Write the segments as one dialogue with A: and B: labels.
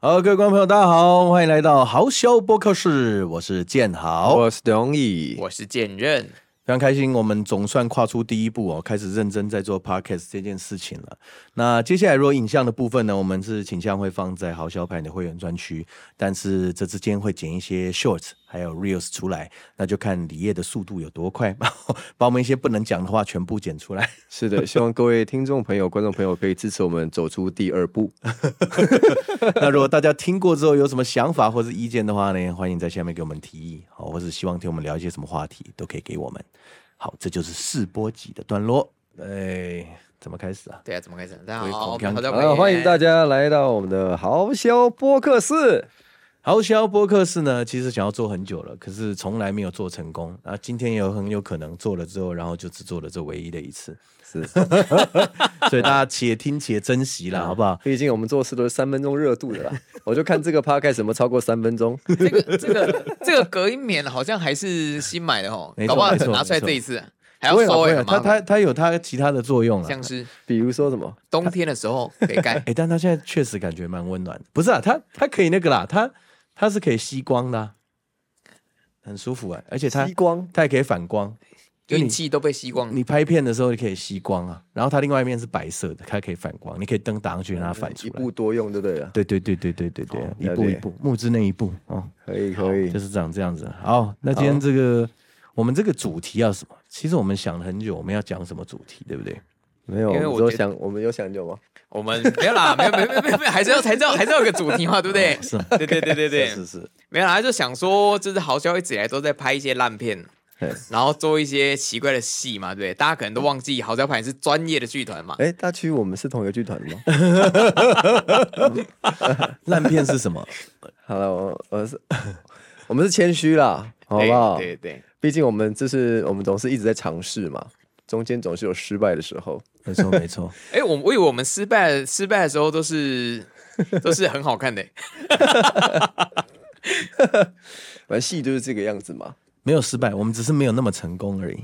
A: 好，各位观众朋友，大家好，欢迎来到豪销播客室，我是建豪，
B: 我是董毅，
C: 我是剑刃，
A: 非常开心，我们总算跨出第一步哦，开始认真在做 podcast 这件事情了。那接下来如果影像的部分呢，我们是倾向会放在豪销派的会员专区，但是这之间会剪一些 shorts 还有 reels 出来，那就看李烨的速度有多快， 把把我们一些不能讲的话全部剪出来。
B: 是的，希望各位听众朋友、观众朋友可以支持我们走出第二步。
A: 那如果大家听过之后有什么想法或是意见的话呢，欢迎在下面给我们提议，好，或是希望听我们聊一些什么话题，都可以给我们。好，这就是试播集的段落。哎，怎么开始啊？
C: 对啊，怎么开始？大家
A: 我
C: 好，我
A: 刚
C: 们好的
B: 好了，欢迎大
C: 家。
B: 家来到我们的豪销播客室。
A: 豪销播客室呢，其实想要做很久了，可是从来没有做成功。啊，今天也有很有可能做了之后，然后就只做了这唯一的一 次，
B: 是，
A: 所以大家且听且珍惜啦，好不好？
B: 毕竟我们做事都是三分钟热度的啦，我就看这个 podcast 有没有超过三分钟。
C: 这个这个这个隔音棉好像还是新买的哦
A: 没，错
C: 搞不好
A: 没错
C: 拿出来这一次还要
A: 不会啦啊
C: 收
A: 不会
C: 哎，
A: 啦
C: 很
A: 它
C: 麻
A: 它
C: 烦。
A: 它有它其他的作用啊了。
C: 像是
B: 比如说什么？
C: 冬天的时候可以盖
A: 哎、，但它现在确实感觉蛮温暖的。不是啊，它它可以那个啦，它它是可以吸光的啊、很舒服啊、而且它
B: 激光。
A: 它也可以反光， 就你
C: 运气都被吸光。
A: 你拍片的时候你可以吸光啊。然后它另外一面是白色的，它可以反光，你可以灯打上去让它反出
B: 一
A: 来。
B: 步多用就对了，
A: 对啊对对对对对对，
B: 哦
A: 一
B: 了
A: 步一
B: 解
A: 步，木之那一步哦，
B: 可以可以
A: 就，是长这样子。好，那今天
B: 好
A: 这个我们这个主题要什么？其实我们想了很久，我们要讲什么主题，对不对？
B: 没有，我
C: 因为
B: 们
C: 我
B: 都
C: 觉得
B: 想，我们有想久吗？
C: 我们没有啦，没有没有没有没有没有，还是要还是要还是要有个主题嘛，对不对？
A: 是啊
C: 对对对对对
A: 是，是是，
C: 没有啦，就想说，就是豪潇一直以来都在拍一些烂片
B: 嘿，
C: 然后做一些奇怪的戏嘛，对不对？大家可能都忘记豪潇派是专业的剧团嘛，
B: 哎，大区我们是同一个剧团的吗？
A: 烂片是什么？
B: 好了，我我是 我们是谦虚啦，好不好？
C: 对对对。
B: 毕竟我们就是我们总是一直在尝试嘛，中间总是有失败的时候。
A: 没错没错。
C: 哎、我我以为我们失败失败的时候都是都是很好看的、欸
B: 反正戏就是这个样子嘛。
A: 没有失败，我们只是没有那么成功而已。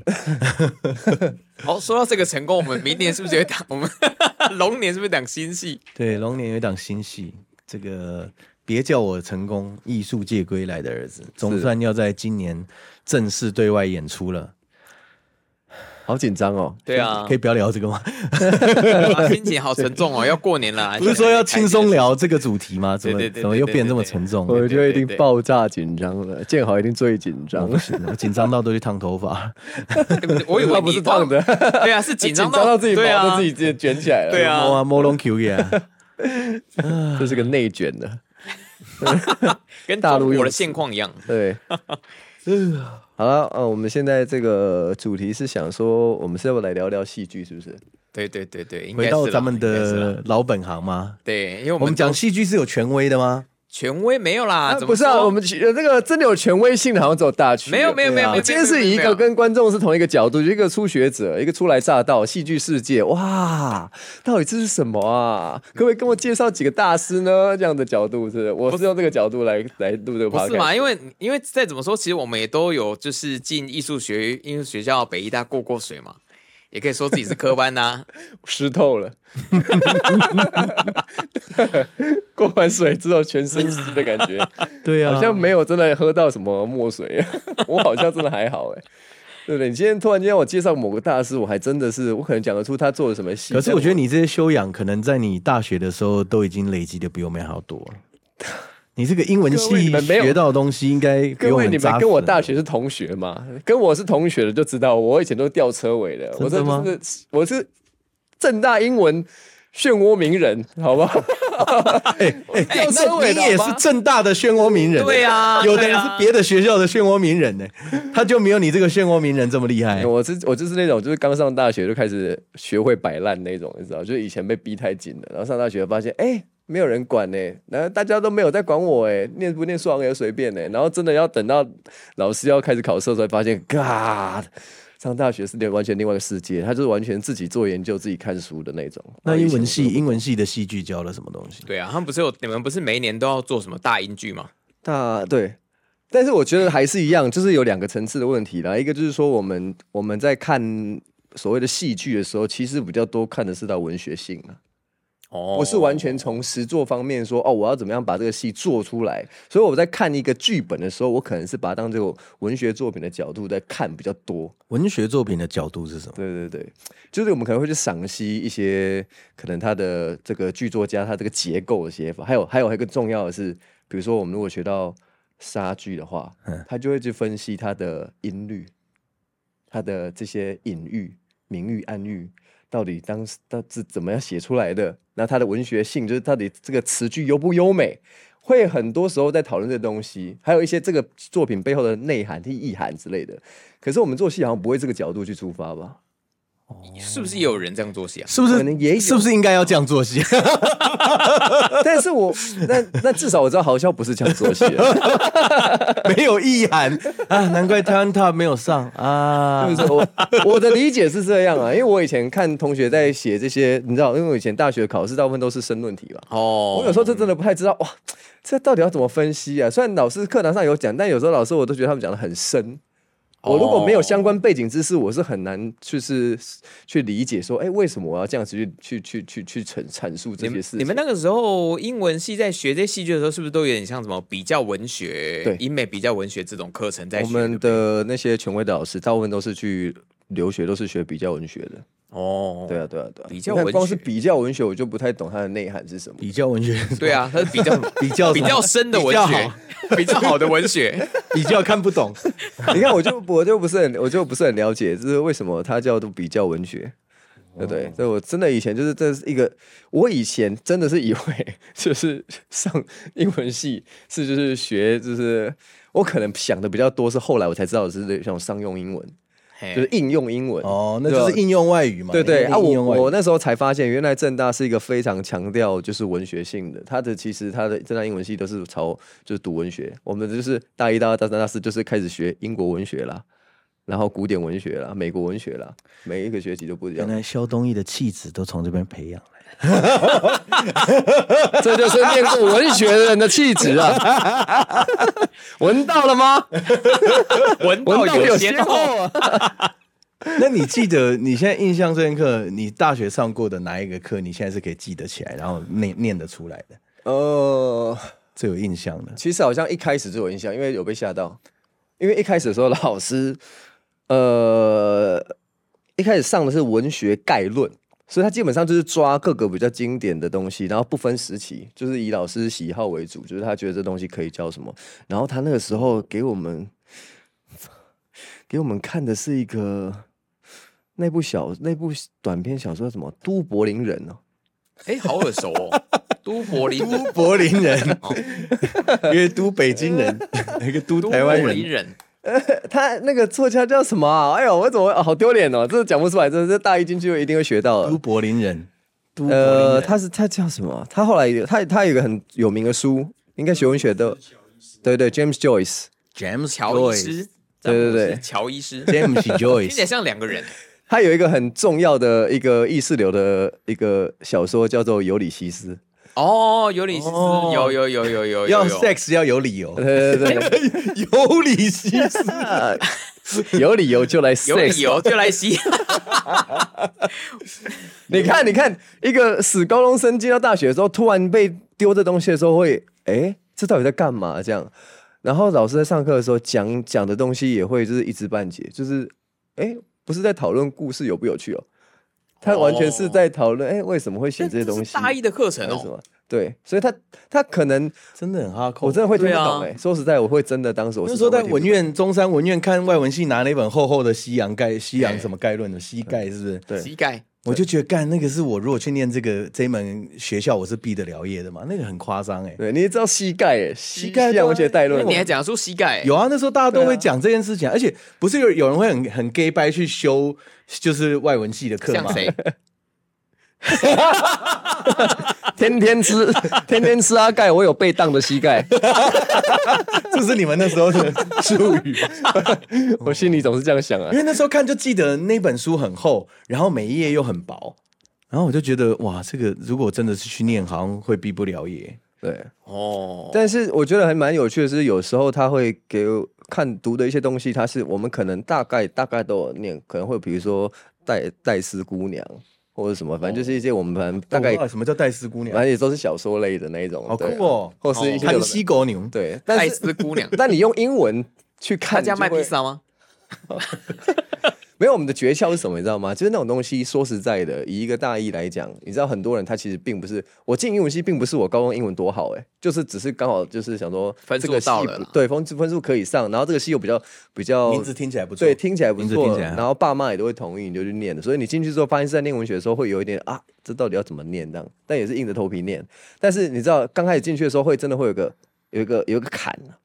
C: 好，说到这个成功，我们明年是不是也会打？我们 龙年是不是档新戏？
A: 对，龙年有一档新戏，这个别叫我成功，艺术界归来的儿子，总算要在今年正式对外演出了。
B: 好紧张哦，
C: 对啊
A: 可以，不要聊这个吗？
C: 哇心情好沉重哦，要过年了，
A: 不是说要轻松聊这个主题吗？怎么
C: 对对对
A: 怎么又
C: 对对
A: 变这么
C: 对对
A: 沉重？
B: 我觉得一定
C: 对对
B: 爆炸紧张了。建豪一定最紧 张
A: 不，行，我紧张到都去烫头
C: 啊
A: 发。
C: 还是要开心的事情？我以为
B: 他
C: 你
B: 不是烫的，，
C: 对啊，是紧
B: 紧张
C: 张
B: 到自己
C: 对
B: 毛
C: 啊
B: 都自己直接卷起来了。
C: 对
A: 摸
C: 啊，
A: 啊，摸龙 Q 呀！
B: 这是个内卷的。
C: 啊跟
B: 大陆
C: 中国
B: 用
C: 的
B: 词
C: 现况一样。
B: 对， 好了，呃，我们现在这个主题是想说，我们是要来聊聊戏剧，是不是？
C: 对对对对， 应该
A: 回
C: 是
A: 到
C: 啦
A: 咱们
C: 应该是啦
A: 的老本行吗？
C: 对，因为我
A: 我
C: 们
A: 们讲戏剧是有权威的吗？
C: 权威没有啦，怎么
B: 不是啊，
C: 说
B: 我们呃那个真的有权威性的，好像只有大区。
C: 没有没有没有，没有
B: 我今天是以一
C: 没有没有
B: 个跟观众是同一个角度，一个初学者，一个初来乍到，戏剧世界，哇，到底这是什么啊？可不可以跟我介绍几个大师呢？这样的角度是不是，我是用这个角度来来录这个 p
C: 不
B: o
C: 是嘛？因为因为再怎么说，其实我们也都有就是进艺术学艺术学校北医大过过水嘛，也可以说自己是科班 啊呐、
B: 湿透了， 过完水之后全身湿的感觉，
A: 对啊，
B: 好像没有真的喝到什么墨水， 我好像真的还好哎、对不对？你今天突然间让我介绍某个大师，我还真的是，我可能讲得出他做了什么戏。
A: 可是我觉
B: 得
A: 得你这些修养，可能在你大学的时候都已经累积的比我们还要多 了。你这个英文
B: 各位
A: 系
B: 你们没有
A: 学到的东西，应该比
B: 各
A: 我
B: 位，
A: 们
B: 你
A: 扎
B: 们
A: 实
B: 跟我大学是同学嘛？跟我是同学的就知道，我以前都是吊车尾的。
A: 真的吗
B: 我这就是我是正大英文漩涡鸣人，好不好？
A: 哎
B: 吊车
A: 那
B: 尾
A: 你
B: 的
A: 也
B: 好
A: 是
B: 吗
A: 正大的漩涡鸣人，
C: 对啊
A: 有的人
C: 对
A: 是
C: 啊
A: 别的学校的漩涡鸣人呢，他就没有你这个漩涡鸣人这么厉害。
B: 我是我就是那种，就是刚上大学就开始学会摆烂那种，你知道？就是以前被逼太紧了，然后上大学发现，哎、没有人管呢、然后大家都没有在管我哎、念不念书好像也随便呢、然后真的要等到老师要开始考试的时候，才发现，God，上大学是另完全另外一个世界，他就是完全自己做研究、自己看书的那种。
A: 那英文
B: 以
A: 系
B: 前我
A: 英文系的戏剧教了什么东西？
C: 对啊，他们不是有你们不是每一年都要做什么大英剧吗？
B: 大对，但是我觉得还是一样，就是有两个层次的问题啦。一个就是说，我们我们在看所谓的戏剧的时候，其实比较多看的是它文学性啊。
C: 哦
B: 不是完全从实作方面说哦，我要怎么样把这个戏做出来。所以我在看一个剧本的时候，我可能是把它当这个文学作品的角度在看比较多。
A: 文学作品的角度是什么？
B: 对对对，就是我们可能会去赏析一些可能他的这个剧作家他这个结构的写法，还有还有一个重要的是，比如说我们如果学到杀剧的话，他就会去分析他的音律，他的这些隐喻、明喻、暗喻。到底当时他是怎么样写出来的？那他的文学性就是到底这个词句优不优美？会很多时候在讨论这东西，还有一些这个作品背后的内涵、意涵之类的。可是我们做戏好像不会这个角度去出发吧？
C: 哦是不是也有人这样做戏啊？
A: 是不是
B: 可能也有
A: 是不是应该要这样做戏？
B: 但是我那那至少我知道豪笑不是这样做戏的，
A: 没有意涵啊，难怪 t a n t a 没有上啊
B: 就。是我我的理解是这样啊，因为我以前看同学在写这些，你知道，因为我以前大学考试大部分都是申论题嘛，
C: 哦，
B: 我有时候这真的不太知道哇，这到底要怎么分析啊？虽然老师课堂上有讲，但有时候老师我都觉得他们讲的很深。我如果没有相关背景知识，我是很难就是去理解说，哎，为什么我要这样子去去去去去阐阐述这
C: 你
B: 些
C: 们
B: 事情？
C: 你们那个时候英文系在学这些戏剧的时候，是不是都有点像什么比较文学、
B: 对
C: 英美比较文学这种课程在学？
B: 我们
C: 对不对
B: 的那些权威的老师，大部分都是去留学，都是学比较文学的。
C: 哦，
B: 对啊，对啊，对啊。
C: 比较
B: 你看
C: 文
B: 光是
C: 学
B: 比较文学，我就不太懂它的内涵 是什么。
A: 比较文学，
C: 对啊，它是比较
A: 比较
C: 比较深的文学，比较好的文 学。
A: 比较看不懂。
B: 你看，我就我就不是很，我就不是很了解，这是为什么它叫做比较文学，对不对？所以我真的以前就是这是一个，我以前真的是以为就是上英文系是就是学就是我可能想的比较多，是后来我才知道是这种商用英文，
C: 嘿
B: 就是应用英文。啊
A: 哦，那就是应用外语嘛。
B: 对对啊，
A: 应
B: 我
A: 用外语
B: 我那时候才发现，原来正大是一个非常强调就是文学性的，它的其实它的正大英文系都是朝就是读文学，我们就是大一、大二、大三、大四就是开始学英国文学啦，然后古典文学啦，美国文学啦，每一个学期都不一样
A: 原，来肖东义的气质都从这边培养来。
B: 这就是念过文学的人的气质啊！闻到了吗？闻
C: 闻到
B: 到
C: 有
B: 有
C: 先
B: 先
C: 后，
B: 后啊！
A: 那你记得你现在印象深刻，你大学上过的哪一个课，你现在是可以记得起来，然后念念得出来的，
B: 呃，
A: 最有印象 的？
B: 其实好像一开始就有印象，因为有被吓到，因为一开始的时候老师，呃，一开始上的是文学概论，所以他基本上就是抓各个比较经典的东西，然后不分时期，就是以老师喜好为主，就是他觉得这东西可以教什么。然后他那个时候给我们给我们看的是一个那部小那部短篇小说叫什么《都柏林人》哦。
C: 哎，好耳熟哦，都柏林
A: 都柏林人，约都北京 人，那个都
C: 都
A: 台
C: 柏
A: 湾
C: 林
A: 人。
C: 人，
B: 他那个作家叫什么啊？哎呦，我怎么、啊好丢脸哦！这讲不出来，这这大一进去就一定会学到
A: 都
B: 了。
A: 柏林人，都柏林
B: 呃，
A: 人，
B: 他是他叫什么啊？他后来有他他有一个很有名的书，应该学文学的，对对，James Joyce。
A: James
C: 乔
A: Joyce，James
C: 医师，詹姆斯
B: 对对对
C: 乔医师，听起
A: Joyce，
C: 来像两个人。
B: 他有一个很重要的一个意识流的一个小说，叫做《尤里西斯》。
C: 哦，有理，
A: 哦
C: 有有有有有
A: 要
C: 有
A: sex 要有理由，
B: 对对 对
A: 有理西斯。
B: 对，有理由就来
C: 有理
B: sex。
C: 由就来吸。
B: 你看，你看，一个死高中生进到大学的时候，突然被丢这东西的时候会，哎，这到底在干嘛？这样，然后老师在上课的时候讲讲的东西也会就是一知半解，就是，哎，不是在讨论故事有不有趣哦，他完全是在讨论，哎、为什么会写这些东
C: 是
B: 西？
C: 大一的课程
B: 为什
C: 哦，
B: 么？对，所以他他可能
A: 真的很哈扣。
B: 我真的会听不
C: 对啊
B: 懂哎、说实在，我会真的当时我
A: 那
B: 是
A: 时候
B: 真
A: 在
B: 的会听不
A: 文
B: 懂
A: 院中山文院看外文系拿了一本厚厚的西洋概西洋什么概论的西概是不是？
B: 对
C: 膝盖
A: 我就觉得干那个是我如果去念这个这一门学校我是毕得了业的嘛，那个很夸张哎。
B: 对，你也知道膝盖哎、膝
A: 盖
B: 西洋文
A: 对啊
B: 学概论，
C: 你还讲得出膝盖？
A: 有啊，那时候大家都
B: 对啊
A: 会讲这件事情啊，而且不是有有人会很很 gay 掰去修就是外文系的课
C: 像
A: 吗？
C: 谁？
B: 天天吃， 天天吃阿盖，我有被当的膝盖。
A: 这是你们那时候的术语 吧。
B: 我心里总是这样想啊
A: 因。为那时候看就记得那本书很厚，然后每一页又很薄，然后我就觉得哇，这个如果真的是去念，好像会毕不了业。
B: 对，
C: 哦，
B: 但是我觉得还蛮有趣的是，有时候他会给我看读的一些东西，它是我们可能大概大概都有念，可能会比如说戴戴斯姑娘，或者什么，反正就是一些哦我们反正大
A: 大
B: 概
A: 概什么叫戴斯姑
B: 反
A: 娘？
B: 正也都是小说类的那一种，
A: 好酷
B: 对
A: 哦
B: 或是一些有
A: 韩
B: 的
A: 西狗牛，
B: 对，但
C: 艾
B: 是 ，
C: 斯姑娘
B: 但你用英文去
C: 他
B: 看，
C: 家卖
B: 你就会
C: 披萨吗？
B: 没有，我们的诀窍是什么？你知道吗？就是那种东西，说实在的，以一个大意来讲，你知道很多人他其实并不是我进英文系，并不是我高中英文多好、欸，就是只是刚好就是想说
C: 分数
B: 这个系
C: 到了啦
B: 不对分分数可以上，然后这个系又比较比较
A: 名字哦听起来不错。
B: 对，听起来不
A: 名字
B: 错
A: 听，起来
B: 然后爸妈也都会同意，你就去念的。所以你进去之后，发现是在念文学的时候，会有一点啊，这到底要怎么念这样？但也是硬着头皮念。但是你知道，刚开始进去的时候，会真的会有个有一个有一个坎啊，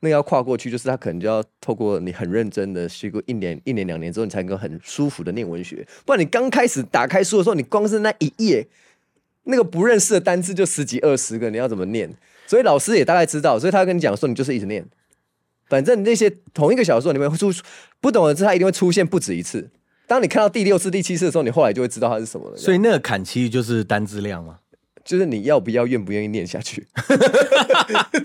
B: 那个要跨过去，就是他可能就要透过你很认真的学过一年、一年、两年之后，你才能够很舒服的念文学。不然你刚开始打开书的时候，你光是那一页，那个不认识的单字就十几二十个，你要怎么念？所以老师也大概知道，所以他会跟你讲说，你就是一直念。反正那些同一个小说里面会出不懂的字，它一定会出现不止一次。当你看到第六次、第七次的时候，你后来就会知道它是什么了。
A: 所
B: 以
A: 以那个砍其实就是单质量嘛。
B: 就是你要不要、愿不愿意念下去？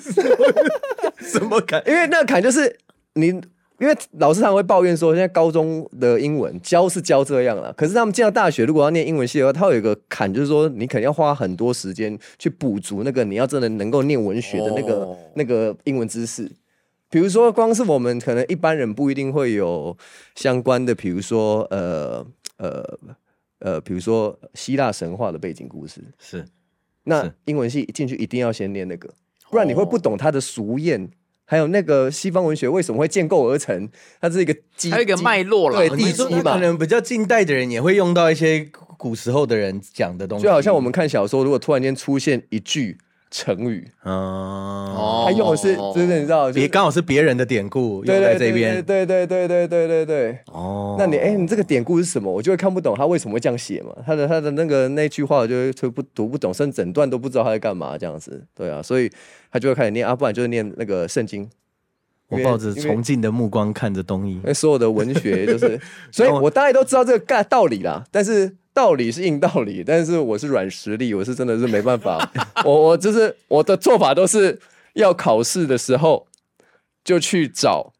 A: 什么砍？
B: 因为那个坎就是你，因为老师常会抱怨说，现在高中的英文教是教这样了，可是他们进到大学，如果要念英文系的话，它会有一个坎，就是说你可能要花很多时间去补足那个你要真的能够念文学的那个、
C: 哦
B: 那个英文知识。比如说，光是我们可能一般人不一定会有相关的，比如说呃呃呃，比如说希腊神话的背景故事，
A: 是
B: 那
A: 是
B: 英文系进去一定要先念那个，不然你会不懂它的俗谚，还有那个西方文学为什么会建构而成，它是一个基，
C: 还有一个
B: 基
C: 脉络啦
B: 对，
A: 哦你
B: 地基
A: 说那
B: 嘛
A: 可。能比较近代的人也会用到一些古时候的人讲的东西，
B: 就好像我们看小说，如果突然间出现一句成语，
A: 嗯哦，
C: 哦
B: 它用的是，就是你知道，就是
A: 别刚好是别人的典故
B: 对
A: 用在
B: 对
A: 这
B: 对
A: 边
B: 对对对对对对对。
A: 哦。
B: 那你哎、你这个典故是什么？我就会看不懂他为什么会这样写嘛。他的他的那个那句话，我就会就不读不懂，甚至整段都不知道他在干嘛这样子。对啊，所以他就会开始念啊，不然就是念那个圣经。
A: 我
B: 因为
A: 抱着
B: 因为
A: 崇敬的目光看着东一
B: 因，为所有的文学 就是，所以我大概都知道这个概道理啦，但是道理是硬道理，但是我是软实力，我是真的是没办 法，我我就是我的做法都是要考试的时候就去找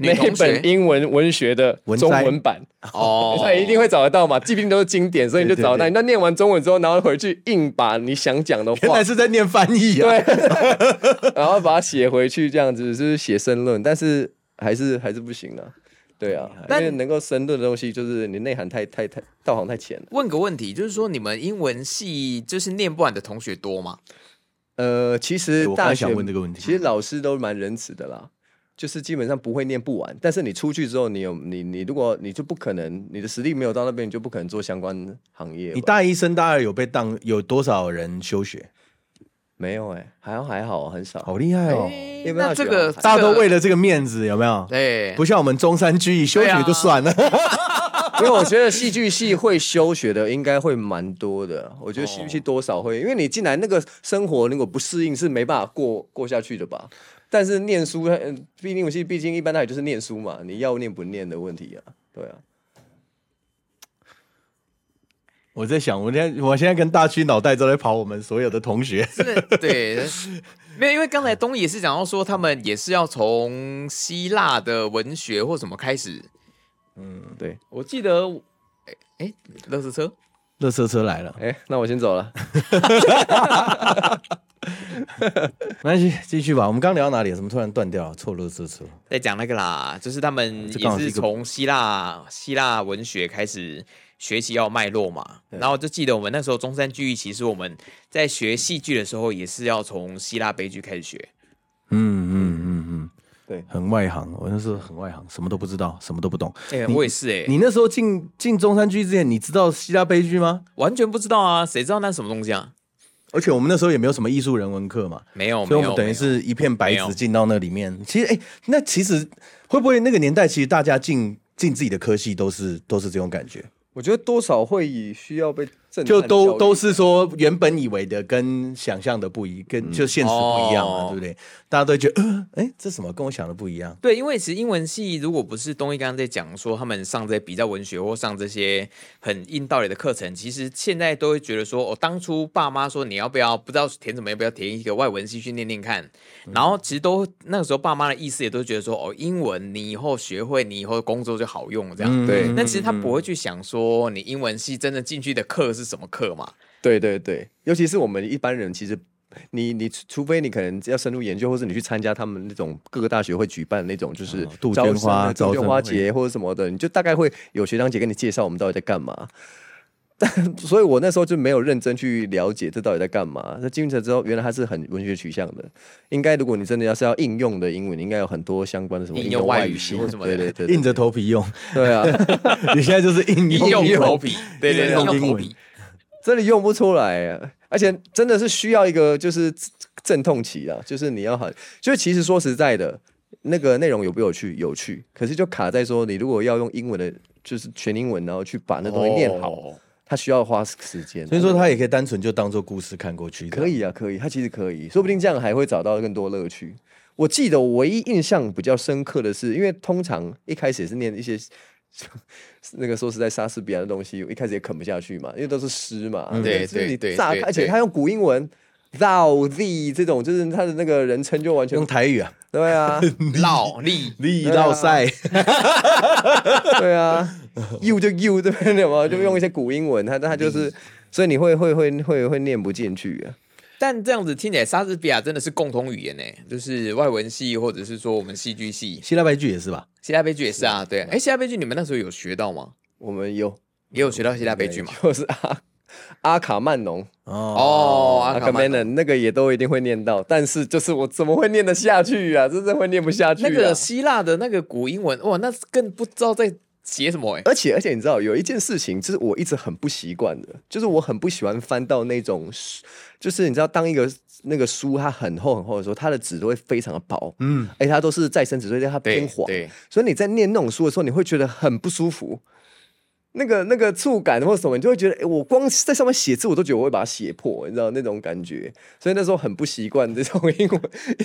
B: 那
C: 女
B: 一
C: 同学
B: 本英文文学的
A: 文摘
B: 中文版，
C: 哦，
B: 那一定会找得到嘛，既定都是经典，所以你就找得到。
A: 对对对
B: 你那念完中文之后，然后回去硬把你想讲的
A: 原
B: 话
A: 来。是在念翻译啊。
B: 对，然后把它写回去，这样子就是写申论，但是还是还是不行啊。对啊，因
C: 但
B: 为能够申论的东西，就是你内涵太太太道行太浅了。
C: 问个问题，就是说你们英文系就是念不完的同学多吗？
B: 呃，其
A: 哎
B: 实
A: 我刚
B: 大
A: 才
B: 学
A: 想问这个问题
B: 其实老师都蛮仁慈的啦，就是基本上不会念不完，但是你出去之后，你有你你如果你就不可能，你的实力没有到那边，你就不可能做相关行业吧。
A: 你大一升大二有被当有多少人休学？
B: 没有哎、还好还好，很少。
A: 好厉害哦！
C: 哎
B: 要不要
C: 那这个
B: 学啊
A: 大家都为
C: 了
A: 了这个面子，有没有？
C: 对，
A: 不像我们中山居易休
C: 对
A: 学
C: 啊
A: 就算了，
B: 因为我觉得戏剧系会休学的应该会蛮多的，我觉得戏剧系多少会，因为你进来那个生活如果不适应是没办法过过下去的吧。但是念书，呃毕竟我系毕竟一般它也就是念书嘛，你要念不念的问题啊，对啊，
A: 我在想，我现在我现在跟大区脑袋都在跑我们所有的同学，
C: 真的对， 没有，因为刚才东野是讲到说，他们也是要从希腊的文学或什么开始。嗯
B: 对，
C: 我记得，哎哎，乐色车，
A: 乐色车来了，
B: 哎，那我先走了。
A: 没关系，继续吧。我们刚聊到哪里？怎么突然断掉了？凑乐色车，
C: 在讲那个啦，就是他们
A: 这刚好
C: 也
A: 是一个
C: 是从希腊希腊文学开始学习要脉络嘛。然后就记得我们那时候中山剧艺，其实我们在学戏剧的时候，也是要从希腊悲剧开始学。
A: 嗯嗯嗯嗯，
B: 对
A: 很外行，我那时候很外行，什么都不知道，什么都不懂。
C: 哎、
A: 你
C: 我也是哎、
A: 你那时候进进中山居之前，你知道希腊悲剧吗？
C: 完全不知道啊，谁知道那是什么东西啊？
A: 而且我们那时候也没有什么艺术人文课嘛，
C: 没有，
A: 所以我
C: 哦没
A: 们
C: 有
A: 等于
C: 没有
A: 是一片白
C: 没有
A: 纸进到那里面。其实，哎、那其实会不会那个年代，其实大家进进自己的科系都是都是这种感觉？
B: 我觉得多少会以需要被震撼
A: 就
B: 教
A: 都
B: 育
A: 都是说原本以为的跟想象的不一，跟就现实不一样嘛，
C: 哦
A: 对不对？大家都会觉得，呃，哎，这什么跟我想的不一样？
C: 对，因为其实英文系如果不是东一刚刚在讲说他们上这些比较文学或上这些很硬道理的课程，其实现在都会觉得说，哦、当初爸妈说你要不要不知道填什么，要不要填一个外文系去念念看，
A: 嗯
C: 然后其实都那个时候爸妈的意思也都觉得说，哦，英文你以后学会，你以后工作就好用
A: 嗯
C: 这样。
B: 对
C: 那其实他不会去想说你英文系真的进去的课是什么课嘛？
B: 对对对，尤其是我们一般人，其实你你除除非你可能要深入研究，或是你去参加他们那种各个大学会举办那种就是
A: 哦杜
B: 招
A: 鹃
B: 生啊
A: 花招
B: 杜鹃
A: 生
B: 花
A: 会
B: 节或者什么的，你就大概会有学长姐跟你介绍我们到底在干嘛。 但所以，我那时候就没有认真去了解这到底在干嘛。那进去之后，原来它是很文学取向的。应该，如果你真的要是要应用的英文，你应该有很多相关的什么
C: 应
B: 应
C: 用
B: 用
C: 外
B: 外
C: 语
B: 语系
C: 或什么
B: 对
C: 的
B: 对 对，对
A: 硬着头皮用，
B: 对啊，
A: 你现在就是硬
C: 应
A: 用
C: 用口笔，对
A: 应
C: 对，对
A: 用
C: 应用
A: 英
C: 口
A: 文
C: 笔。
B: 真的用不出来啊，而且真的是需要一个就是阵痛期啊，就是你要很，就是其实说实在的，那个内容有不有趣？有趣，可是就卡在说你如果要用英文的，就是全英文，然后去把那东西念好，
C: 哦
B: 它需要花时间。
A: 所以说，他也可以单纯就当做故事看过去。
B: 可，以啊，可以，它其实可以，说不定这样还会找到更多乐趣。我记得我唯一印象比较深刻的是，因为通常一开始也是念一些 那个说实在莎士比亚的东西，一开始也啃不下去嘛，因为都是诗嘛，
C: 嗯对
B: 就是
C: 对
B: 你
C: 对
B: 乍
C: 对
B: 看，而且
C: 对
B: 他用古英文 thou thee 这种，就是他的那个人称就完全
A: 用台语啊，
B: 对 啊，
C: 绕力
A: 力道赛，
B: 对啊，you 就 you 对不对嘛，
C: 嗯
B: 就用一些古英文，他他就是，所以你会会会会会念不进去啊。
C: 但这样子听起来，莎士比亚真的是共同语言呢，就是外文系或者是说我们戏剧系，
A: 希腊白剧也是吧？
C: 希腊悲剧也是啊。对，哎、希腊悲剧你们那时候有学到吗？
B: 我们有
C: 也有学到希腊悲剧嘛？
B: 就是阿阿卡曼农。
C: 哦，阿
B: 阿卡
C: 卡曼
B: 曼
C: 农
B: 的啊那个也都一定会念到，但是就是我怎么会念得下去啊？真的会念不下去、啊。
C: 那个希腊的那个古英文，哇，那更不知道在写什么哎、
B: 而且而且你知道有一件事情，就是我一直很不习惯的，就是我很不喜欢翻到那种书，就是你知道当一个那个书它很厚很厚的时候，它的纸都会非常的薄，嗯，而且它都是再生纸，所以它
C: 对
B: 偏黄，
C: 对，
B: 所以你在念那种书的时候，你会觉得很不舒服。那个那个触感或什么，你就会觉得，诶我光在上面写字，我都觉得我会把它写破，你知道那种感觉。所以那时候很不习惯这种英文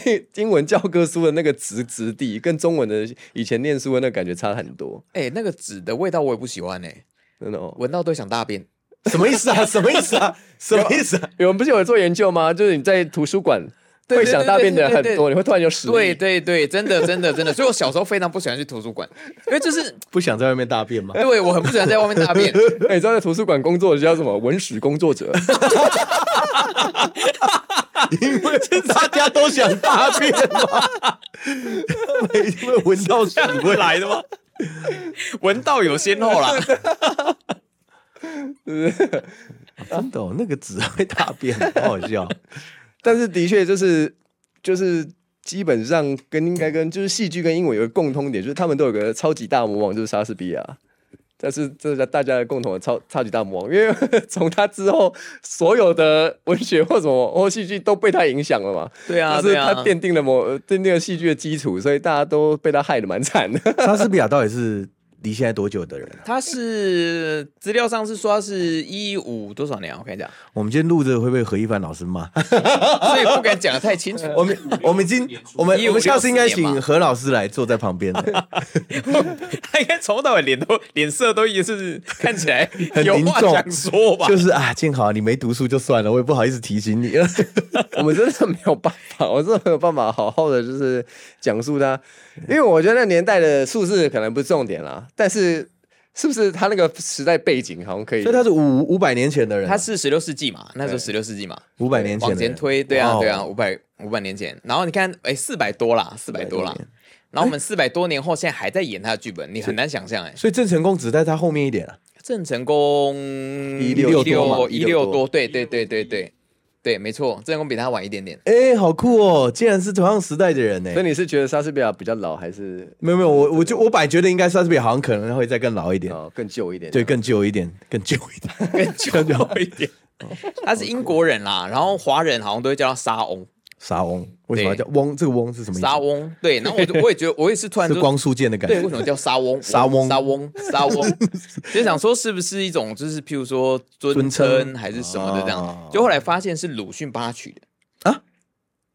B: 英英文 教科书的那个质质地，跟中文的以前念书的那个感觉差很多，
C: 哎、那个纸的味道我也不喜欢哎、
B: 真的、哦。
C: 闻到都想大便。
A: 什么意思啊？什 么意思啊？什么意思啊？
B: 有人不是有做研究吗？就是你在图书馆
C: 对
B: 会
C: 对
B: 想
C: 对
B: 大
C: 对
B: 便的
C: 对
B: 人
C: 对
B: 很多，你会突然有屎意。
C: 对对对，真的真的真的，所以我小时候非常不喜欢去图书馆，因为就是
A: 不想在外面大 便吗？
C: 对我很不喜欢在外面大便。
B: 哎，你知道在图书馆工作的叫什么？文史工作者。
A: 因为大家都想大便吗？ 因为闻到屎味来的吗？
C: 闻到有先后啦，
A: 真的、哦，那个纸会大便，好好笑。
B: 但是的确就是就是基本上跟应该跟就是戏剧跟英文有个共通点，就是他们都有个超级大魔王，就是莎士比亚。但是这是大家的共同的超超级大魔王，因为 从他之后，所有的文学或什么或戏剧都被他影响了嘛。
C: 对啊，
B: 就是
C: 对啊
B: 他，奠定了某呃奠定了戏剧的基础，所以大家都被他害得蛮惨的。
A: 莎士比亚到底是离现在多久的人啊、
C: 他是资料上是说他是一五多少年啊？我看一下，
A: 我们今天录这个会被何一凡老师骂？
C: 所以不敢讲的太清楚。
A: 我们 我们已经我们
C: 15
A: 我们下次应该
C: 16年
A: 请
C: 嘛
A: 何老师来坐在旁边 的，
C: 他应该从头到尾脸都脸色都 也是看起来有
A: 凝
C: 话
A: 重
C: 想说吧
A: 就？是啊，静好，你没读书就算了，我也不好意思提 醒你了。
B: 我们真的没有办法，我真的没有办法好好的就是讲述他，因为我觉得那年代的数字可能不是重点啦，但是是不是他那个时代背景好像可以
A: 所以？他是五五百年前的人啊、
C: 他是十六世纪嘛，那时候十六世纪嘛，
A: 五百年前
C: 往
A: 的人
C: 前推，对啊，对啊，
A: 哇哦
C: 五百五百年前。然后你看，哎，四百多啦，四百多啦
B: 400多年。
C: 然后我们四百多年后，现在还在演他的剧本，你很难想象哎。
A: 所以郑成功只在他后面一点啊。
C: 郑成功
A: 16多嘛
C: 一六
B: 16
C: 多，对对对对对对，没错，郑成功比他晚一点点。
A: 哎、好酷哦！竟然是同样时代的人呢、哎
B: 所以你是觉得莎士比亚比较老，还是
A: 没有没有，我我就我本来觉得应该莎士比亚好像可能会再更老一点，
B: 哦更旧一点？
A: 对，更旧一点，更旧一点， 更旧一点。
C: 他是英国人啦，然后华人好像都会叫他沙翁，
A: 沙翁，为什么要叫翁？这个翁是什么意思？
C: 沙翁，对，然后我就我 也觉得，我也是突然
A: 是
C: 就
A: 光速键的感
C: 对，
A: 觉
C: 为。什么叫沙 翁？
A: 沙翁
C: 沙翁，沙 翁，就想说是不是一种就是譬如说尊
A: 尊称
C: 称还是什么的这
A: 哦
C: 样，就后来发现是鲁迅帮他取的，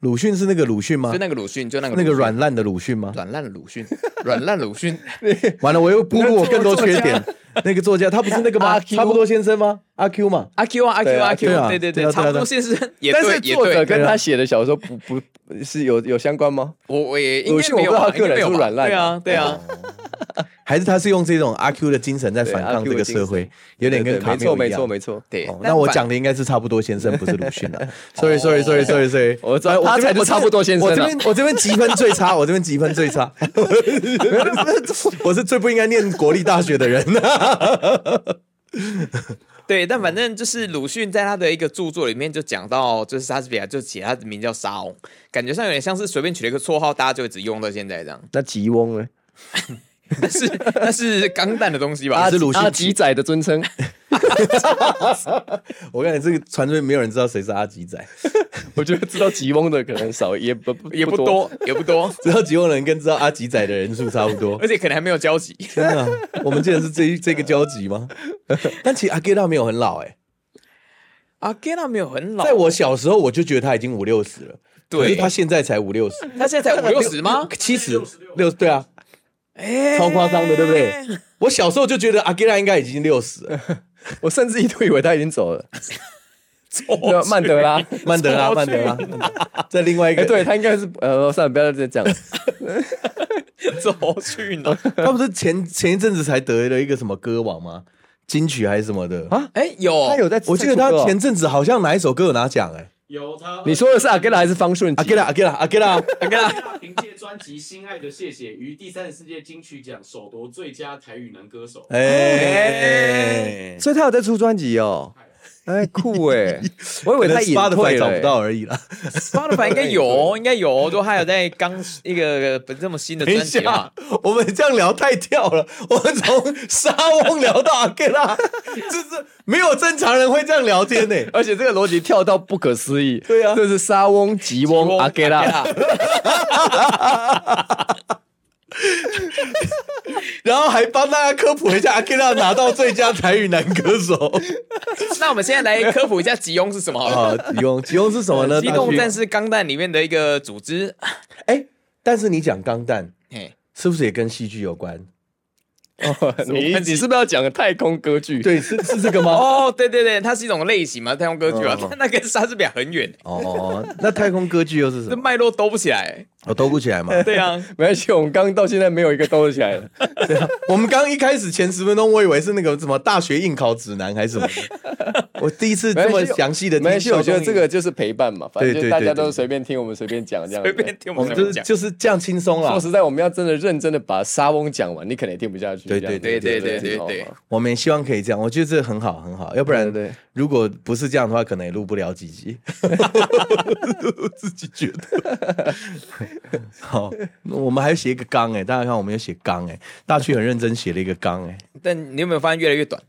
A: 鲁迅是那个鲁迅吗
C: 就？那个鲁迅，就那个
A: 啊那个
C: 鲁迅
A: 软烂的鲁迅吗？
C: 软烂鲁迅， 软烂鲁迅，
A: 完了，我又暴露我更多
B: 作家
A: 缺 点。那个作家他不是那个吗？
B: 阿 Q
A: 差不多先生吗？阿 Q 嘛，
C: 阿 Q 啊阿 Q 啊阿
A: 对啊
C: Q，对对
A: 对啊对啊
C: 对，差不多先生也
B: 但
C: 对
B: 是
C: 也
B: 作者
C: 对，
B: 跟他写的小说不不不是有有相关吗？
C: 我我也应
B: 鲁
C: 该
B: 迅我
C: 没
B: 不
C: 有
B: 知道
C: 吧，
B: 他
C: 应
B: 个
C: 该
B: 人
C: 没
B: 是
C: 有
B: 不是
C: 吧
B: 软烂
C: 对啊对啊，
A: 还是他是用这种阿 Q 的精神在反抗这个社会，有点跟
B: 对对
A: 卡
B: 没错
A: 缪一
B: 没
A: 样
B: 错。没错。
C: 对啊
A: 哦，那我讲的应该是差不多先生，不是鲁迅 了。Sorry Sorry Sorry Sorry Sorry，
B: 我知道
A: 哎
B: 他
A: 这边
B: 才是差不多先生啊
A: 我这边我这边积分最 差，我这边积分最差。 我是最不应该念国立大学的 人。
C: 对，但
A: 嗯
C: 反正就是鲁迅在他的一个著作里面就讲到，就是莎士比亚就写他的名叫沙翁，感觉上有点像是随便取了一个绰号，大家就一直用到现在这样。
B: 那吉翁呢？
C: 但是那是钢弹的东西吧？
A: 啊是鲁迅
B: 阿啊吉仔的尊称，
A: 我跟你这个船队没有人知道谁是阿吉仔，
B: 我觉得知道吉翁的可能少，也不
C: 也不。多，也不多，
A: 知道吉翁人跟知道阿吉仔的人数差不多
C: 而。且可能还没有 交集。
A: 天啊，我们竟然是这一这个交集吗？ 但其实阿吉拉没有很老哎、
C: 阿盖拉没有很老，
A: 在我小时候我就觉得他已经五六十了，
C: 对
A: 可是他现在才五六十，
C: 他现在才五六十吗？
A: 七十六对啊，超夸张的，对不对？我小时候就觉得阿吉拉应该已经六十了，
B: 我甚至一度以为他已经走了，对吧曼德拉。
A: 曼德拉，曼德拉，曼德拉在另外一
B: 哎，
A: 个，
B: 对他应该是呃，算了，不要再讲了。
C: 走去呢？
A: 他不是前前一阵子才得了一个什么歌王吗？金曲还是什么的
B: 啊
C: 哎，有
B: 他有在，
A: 我记得
B: 在
A: 他
B: 出歌哦
A: 前阵子好像哪一首歌有拿奖哎、
D: 有他，
B: 你说的是阿盖拉还是方顺吉？
A: 阿吉拉，阿吉拉，阿吉拉，
D: 阿盖凭借专辑《心爱的谢谢》于第三十四届金曲奖首夺最佳台语男歌手。
A: 哎。
B: 所以他有在出专辑哦。哎，酷哎！ 我以为
A: 可能
B: 他隐
A: Spotify
B: 退了
A: 找
B: 哎
A: 不到而已啦。
C: Spotify 应该有，应该有，就还有在刚一个不这么
B: 啊
C: 新的
A: 等一
C: 专辑啊嘛
A: 下。，我们这样聊太跳了，我们从沙翁聊到阿盖拉， 就是没有正常人会这样聊天呢、
B: 而且这个逻辑跳到不可思议。
A: 对啊
B: 这是沙翁、吉翁、阿盖拉，
A: 然后还帮大家科普一下阿盖拉拿到最佳台语男歌手
C: 那我们现在来科普一下吉翁是什么好了。
A: 啊，吉翁，吉翁是什么
B: 呃
A: 呢？
C: 机动战
A: 士。
C: 士钢弹里面的一个组织，哎
A: 哎，但是你讲钢弹
C: 嘿，
A: 是不是也跟戏剧有关？
B: 哦 你你是不是要讲太空歌剧？
A: 对，是是这个吗？
C: 哦，对对对，它是一种类型嘛，太空歌剧啊
A: 嗯，
C: 但那跟莎士比亚很远，
A: 哦，那太空歌剧又是什
C: 这
A: 么？
C: 脉络兜不起来。
A: 我兜不起来嘛。
C: 对 啊，
B: 没关系，我们刚刚到现在没有一个兜得起来的。
A: 我们刚一开始前十分钟，我以为是那个什么大学应考指南还是什么的。 我第一次这么详细的，
B: 没关系，我觉得这个就是陪伴嘛，反正
A: 对
B: 就
A: 对
B: 大家
A: 对
B: 都
A: 对
B: 随便听，我们随便讲这样。
C: 随便。听
A: 我
C: 我
A: 们就
C: 们就是是讲。
A: 就是这样轻松啦
B: 说。实在，我们要真的认真的把沙翁讲完，你可能也听不下去。
A: 对
B: 这样
A: 对
C: 对对对
B: 这样
C: 对
B: 好吗
A: 我们也希望可以这样，我觉得这很好很好，要不然
B: 对对对
A: 如果不是这样的话，可能也录不了几 集。我自己觉得。好，那我们还写一个纲哎、大家看我们有写纲哎、大区很认真写了一个纲哎、
C: 但你有没有发现越来越 短？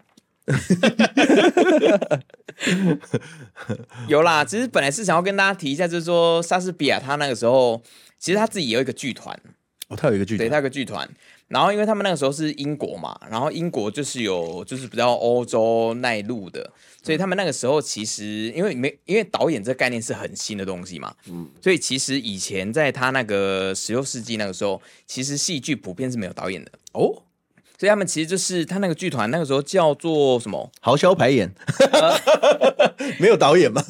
C: 有啦，其实本来是想要跟大家提一下，就是说莎士比亚他那个时候，其实他自己有一个剧团，
A: 哦，他有一个剧
C: 对，
A: 情
C: 他有个剧团。然后因为他们那个时候是英国嘛，然后英国就是有就是比较欧洲内陆的，
A: 嗯
C: 所以他们那个时候其实因为没因为导演这个概念是很新的东西嘛，
A: 嗯
C: 所以其实以前在他那个十六世纪那个时候，其实戏剧普遍是没有导演的，
A: 哦，
C: 所以他们其实就是他那个剧团那个时候叫做什 么？
A: 豪销排演，
B: 呃
A: 没有导演吗？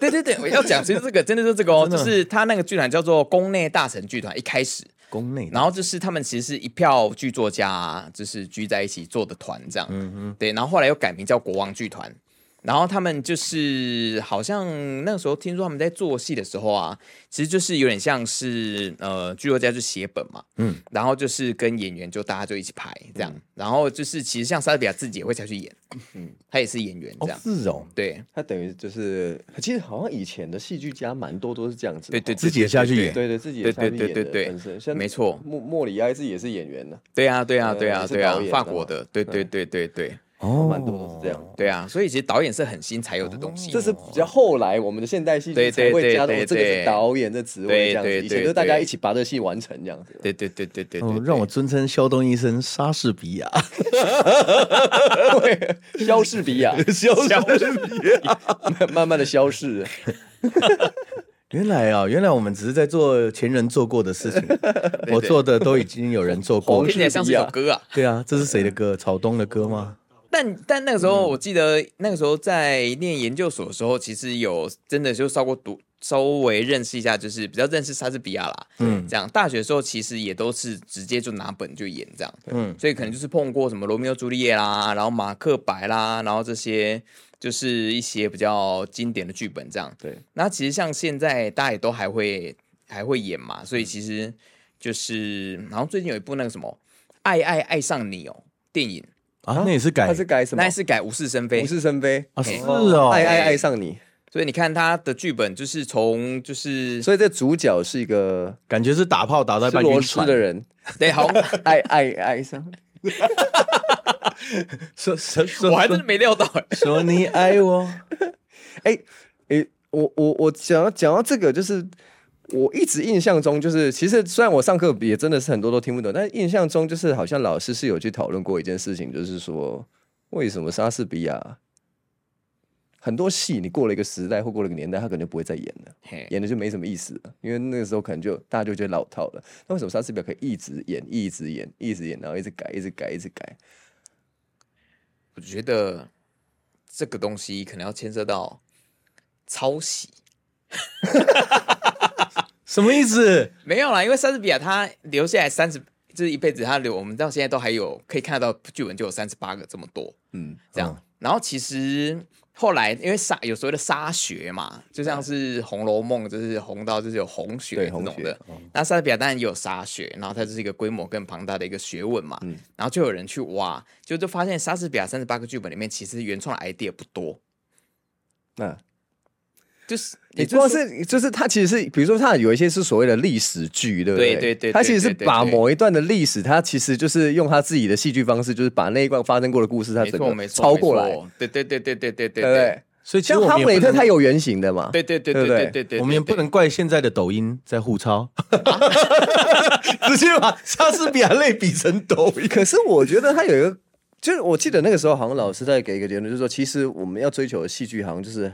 C: 对对对，我要讲就是这个，真的就是这个哦，
A: 真的
C: 就是他那个剧团叫做宫内大臣剧团，一开始。
A: 宫内
C: 然后就是他们其实是一票剧作家、啊就是聚在一起做的团这样，对，然后后来又改名叫国王剧团，然后他们就是好像那个时候听说他们在做戏的时候啊，其实就是有点像是呃剧作家就写本嘛，嗯，然后就是跟演员就大家就一起排这样，然后就是其实像莎士比亚自己也会下去演，嗯，他也是演员这
A: 哦
C: 样，
A: 是哦，
C: 对
B: 他等于就是，其实好像以前的戏剧家蛮多都是这样子的
C: 对
B: 哈。
C: 对对
A: 自己也下去演，
B: 对对，自己也
C: 对
B: 下去演
C: 对对
B: 的
C: 对对
B: 本身像
C: 没错
B: 莫莫里哀自己也是演员呢。
C: 对啊对啊对
B: 呃也
C: 啊
B: 是
C: 对啊
B: 导演，
C: 法
B: 的
C: 国
B: 嘛
C: 的，对对对对对，
A: 哦
B: 蛮多都是这样。
C: 对啊，所以其实导演是很新才有的东西。
B: 哦这是比较后来我们的现代戏剧
C: 对
B: 才
C: 对
B: 会
C: 对
B: 加的，
C: 对
B: 哦这个是
C: 对
B: 导演的职位
C: 对
B: 这样子，
C: 对
B: 以前
C: 对
B: 都大家
C: 对
B: 一起把这个戏完成这样子。
C: 对对对对对对
A: 哦
C: 对，
A: 让我尊称肖东医生莎士比亚，
B: 对，消逝比亚
A: 肖士比亚。
B: 慢慢的消逝，
A: 原来啊，原来我们只是在做前人做过的事情，我做的都已经有人做过
B: 黄
A: 了
C: 听。起来像是一首歌啊。
A: 对啊，这是谁的歌？草东的歌吗？
C: 但但那个时候，我记得那个时候在念研究所的时候，其实有真的就稍过读，稍微认识一下，就是比较认识莎士比亚啦。
A: 嗯
C: 嗯，这样大学的时候其实也都是直接就拿本就演这样。
A: 嗯，
C: 所以可能就是碰过什么罗密欧朱丽叶啦，然后马克白啦，然后这些就是一些比较经典的剧本这样。
B: 对，
C: 那其实像现在大家也都还会还会演嘛，所以其实就是，然后最近有一部那个什么《爱爱爱上你》哦，电影，
A: 啊，那也是改
B: 他是改什么
C: 那？是改无事生非
B: 无，事生非，
A: 啊，是哦，
B: 爱爱爱上你。
C: 所以你看他的剧本就是从 就是
B: 所以这主角是一个
A: 感觉是打炮打到
B: 吃
A: 半
B: 螺
A: 晕
B: 丝
A: 船
B: 的，人，
C: 对，好，
B: 爱爱爱上，
A: 说说说，
C: 我还真的没料到欸，
A: 说你爱我，
B: 哎、诶、我我我讲到讲到这个，就是我一直印象中，就是其实虽然我上课也真的是很多都听不懂，但印象中就是好像老师是有去讨论过一件事情，就是说为什么莎士比亚很多戏你过了一个时代或过了一个年代，他可能就不会再演了，
C: 嘿
B: 演的就没什么意思了，因为那个时候可能就大家就觉得老套了。那为什么莎士比亚可以一直演、一直演、一直演，然后一直改、一直改、一直改？
C: 我觉得这个东西可能要牵涉到抄袭。
A: 什么意思？
C: 没有啦，因为莎士比亚他留下来三十，就是一辈子他留，我们到现在都还有可以看得到剧本就有三十八个这么多，
B: 嗯，
C: 这样。然后其实后来因为沙有所谓的沙学嘛，就像是《红楼梦》，就是红到就是有红学
B: 对
C: 这种的
B: 红。
C: 那莎士比亚当然也有沙学，然后它就是一个规模更庞大的一个学问嘛。然后就有人去挖，就就发现莎士比亚三十八个剧本里面，其实原创的 idea 不多，
B: 那。
C: 就是
B: 你
C: 也
B: 光
C: 就是
B: 是就是它其实是，比如说它有一些是所谓的历史剧，对不对
C: 对对对
B: 它其实是
C: 对对对
B: 把
C: 对
B: 某一段的历史，它其实就是用它自己的戏剧方式，就是把那一段发生过的故事，它
C: 没
B: 整
C: 错
B: 个
C: 没错
B: 超过来，
C: 没错对对对对对对对
B: 对不对？
A: 所以其实
B: 像
A: 我
B: 哈
A: 们
B: 姆
A: 也
B: 雷
A: 不
B: 特，
A: 能
B: 它有原型的嘛，
C: 对对对
B: 对不
C: 对
B: 对
C: 对对对，
A: 我们也不
C: 对
A: 能怪现在的抖音在互抄， 直接把莎士比亚类比成抖音。
B: 可是我觉得他有一个，就是我记得那个时候好像老师在给一个结论，就是说其实我们要追求的戏剧好像就是。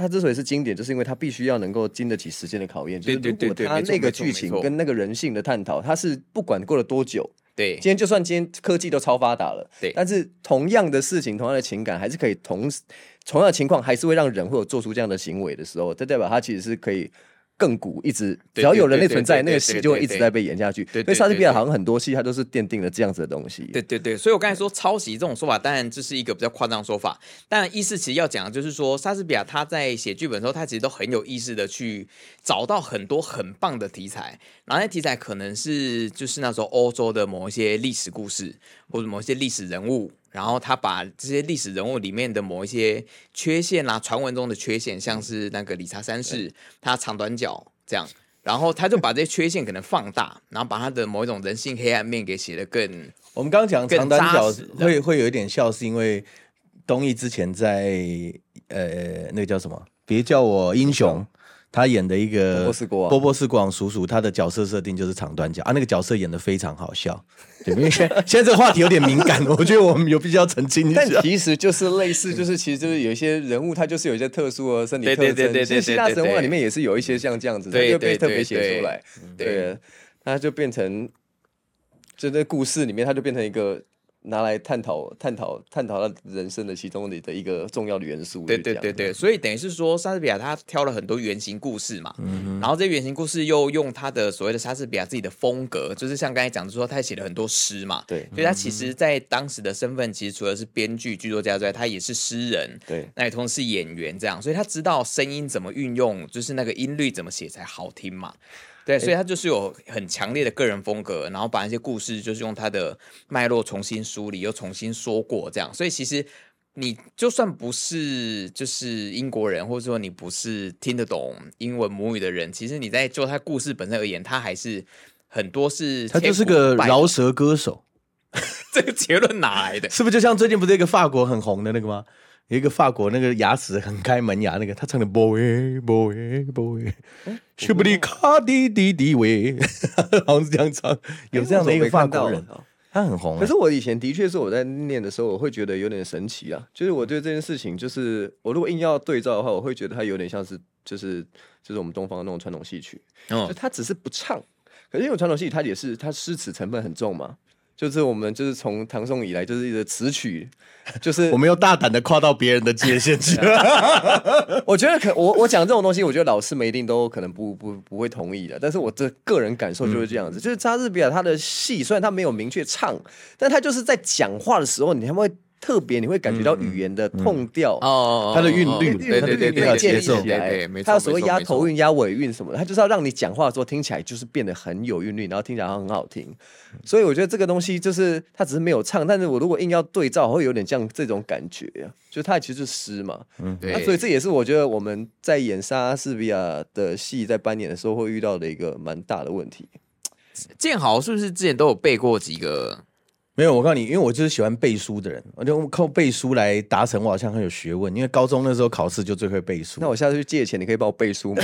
B: 它之所以是经典，就是因为它必须要能够经得起时间的考验。就是
C: 对对对对
B: 如果
C: 没
B: 它
C: 错
B: 那个
C: 没错
B: 剧情
C: 没错
B: 跟那个人性的探讨，它是不管过了多久，
C: 对
B: 今天就算今天科技都超发达了，
C: 对
B: 但是同样的事情、同样的情感，还是可以同时同样的情况，还是会让人会有做出这样的行为的时候，这代表它其实是可以亘古一直，只
C: 对
B: 要有人类
C: 对对
B: 存在，
C: 对对
B: 那个
C: 对
B: 戏
C: 对
B: 就会
C: 对
B: 一直
C: 对
B: 在被演下去。
C: 对对
B: 所以莎士比亚
C: 对对
B: 好像很多戏它都是奠定了这样子的东西。
C: 对对对，所以我刚才说抄袭这种说法，当然这是一个比较夸张的说法，但意思其实要讲的就是说，莎士比亚他在写剧本的时候，他其实都很有意识的去找到很多很棒的题材，然后那题材可能是就是那时候欧洲的某一些历史故事或者某一些历史人物。然后他把这些历史人物里面的某一些缺陷啊，传闻中的缺陷，像是那个理查三世，他长短脚这样，然后他就把这些缺陷可能放大，然后把他的某一种人性黑暗面给写得更
A: 我们刚刚讲长短脚
C: 更扎实这样
A: 会会有一点笑，是因为东艺之前在呃那个叫什么？别叫我英雄，他演的一个
B: 波波斯国王
A: 波波斯国王叔叔，他的角色设定就是长短脚啊，那个角色演的非常好笑。对，因为现在现在这个话题有点敏感， 我觉得我们有必须要澄清一下
B: 但。
C: 啊
B: 其实就是类似，就是其实就是有一些人物，他就是有一些特殊的身体
C: 对
B: 特
C: 对
B: 征。
C: 对对对
B: 其实希腊神话里面也是有一些像这样子的，
C: 对
B: 就被
C: 对
B: 特别
C: 对
B: 写出来。
C: 对
B: 对，那就变成，就在故事里面，它就变成一个拿来探讨、探讨、探讨他人生的其中的的一个重要的元素。
C: 对
B: 就
C: 对
B: 这
C: 对
B: 样
C: 对，所以等于是说，莎士比亚他挑了很多原型故事嘛，
B: 嗯
C: 然后这原型故事又用他的所谓的莎士比亚自己的风格，就是像刚才讲的说，他写了很多诗嘛，
B: 对嗯
C: 所以他其实在当时的身份，其实除了是编剧、剧作家之外，他也是诗人，
B: 对
C: 那也同时是演员这样，所以他知道声音怎么运用，就是那个音律怎么写才好听嘛。对，所以他就是有很强烈的个人风格，然后把一些故事就是用他的脉络重新梳理，又重新说过这样。所以其实你就算不是就是英国人，或者说你不是听得懂英文母语的人，其实你在就他故事本身而言，他还是很多是
A: 他就是
C: 千古
A: 个
C: 不败的
A: 饶舌歌手，
C: 这个结论哪来的？
A: 是不是就像最近不是有一个法国很红的那个吗？有一个法国那个牙齿很开门牙那个，他唱的 boy boy boy，是不是卡滴滴滴喂，好像是这样唱，有这样的一个法国人，他很红、欸。
B: 可是我以前的确是我在念的时候，我会觉得有点神奇啊。就是我对这件事情，就是我如果硬要对照的话，我会觉得它有点像是，就是就是我们东方的那种传统戏曲，就
C: 哦，
B: 它只是不唱。可是因为传统戏曲它也是它诗词成分很重嘛，就是我们就是从唐宋以来就是一直词曲，就是
A: 我们又大胆的跨到别人的界限去了，
B: 我觉得可我我讲这种东西，我觉得老师们一定都可能不不不会同意的。但是我这个人感受就是这
C: 嗯
B: 样子，就是扎日比亚他的戏，虽然他没有明确唱，但他就是在讲话的时候，你还会特别你会感觉到语言的痛调。
C: 嗯哦
A: 他的韵律
C: 对对对
A: 他的韵律
C: 对，
A: 还有
C: 对
A: 节
B: 建立
A: 奏
B: 起
C: 对对
B: 来
C: 对，没错，
B: 他有所谓
C: 没错
B: 压
C: 没错
B: 头韵、压尾韵什么的，他就是要让你讲话的时候听起来就是变得很有韵律，然后听起来很好听。所以我觉得这个东西就是他只是没有唱，但是我如果硬要对照，会有点像这种感觉啊，就是它其实就是诗嘛。
C: 对、
B: 啊，所以这也是我觉得我们在演莎士比亚的戏在扮演的时候会遇到的一个蛮大的问题。
C: 建豪是不是之前都有背过几个？
A: 没有，我告诉你，因为我就是喜欢背书的人，我就靠背书来达成我好像很有学问。因为高中那时候考试就最会背书，
B: 那我下次去借钱，你可以帮我背 书吗？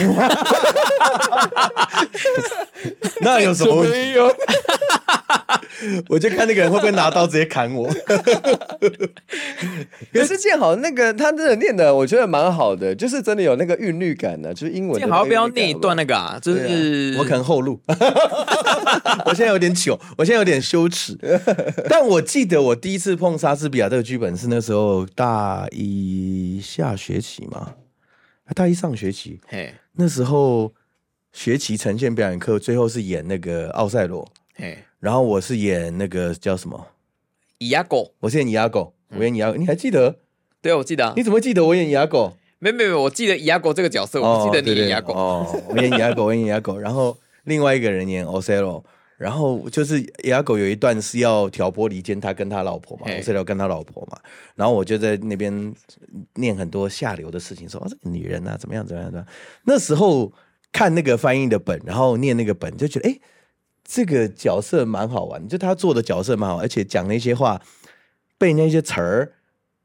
A: 那有 什么问题？
C: 有，
A: 我就看那个人会不会拿刀直接砍我。
B: 可是建豪那个他真的念的，我觉得蛮好的，就是真的有那个韵律感的、就是英文的
C: 建
B: 那个韵律感。
C: 豪要不要念一段那个啊？就是、
A: 我可能后路， 我现在有点糗，我现在有点羞耻。但我记得我第一次碰莎士比亚这个剧本是那时候大一下学期嘛，还大一上学期，
C: 嘿
A: 那时候学期呈现表演课，最后是演那个奥赛罗，
C: 嘿，
A: 然后我是演那个叫什么？
C: 伊亚狗，
A: 我是演牙狗，我演牙狗，你还记得？
C: 对我记得、啊
A: 你，怎么会记得我演牙狗？
C: 没没没，我记得伊亚狗这个角色，我不记得你演伊亚狗，
A: 哦，对对哦我演牙狗，我演牙狗，然后另外一个人演 Ocelo，然后就是牙狗有一段是要挑拨离间他跟他老婆嘛
C: 嘿
A: ，Ocelo 跟他老婆嘛，然后我就在那边念很多下流的事情，说哦这个女人啊怎么样怎么样怎么样，那时候看那个翻译的本，然后念那个本，就觉得哎。诶这个角色蛮好玩，就他做的角色蛮好，而且讲那些话，背那些词儿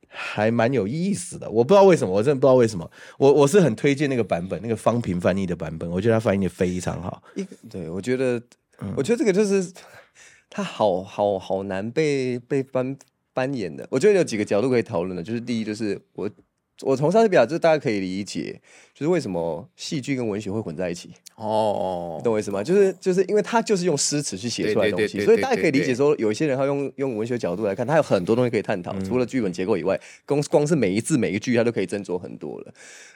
A: 还蛮有意思的。我不知道为什么，我真的不知道为什么。我我是很推荐那个版本，那个方平翻译的版本，我觉得他翻译的非常好。
B: 一个对，我觉得，
C: 嗯
B: 我觉得这个就是他好好好难被被翻扮演的。我觉得有几个角度可以讨论的，就是第一，就是我我从莎士比亚，就是大家可以理解，就是为什么戏剧跟文学会混在一起，
C: 哦
B: 你，懂我意思吗？就是就是因为他就是用诗词去写出来的东西，
C: 对对对对
B: 所以大家可以理
C: 对
B: 解
C: 对
B: 说，有一些人他用用文学角度来看，他有很多东西可以探讨，
C: 嗯
B: 除了剧本结构以外，光光是每一字每一句，他都可以斟酌很多了。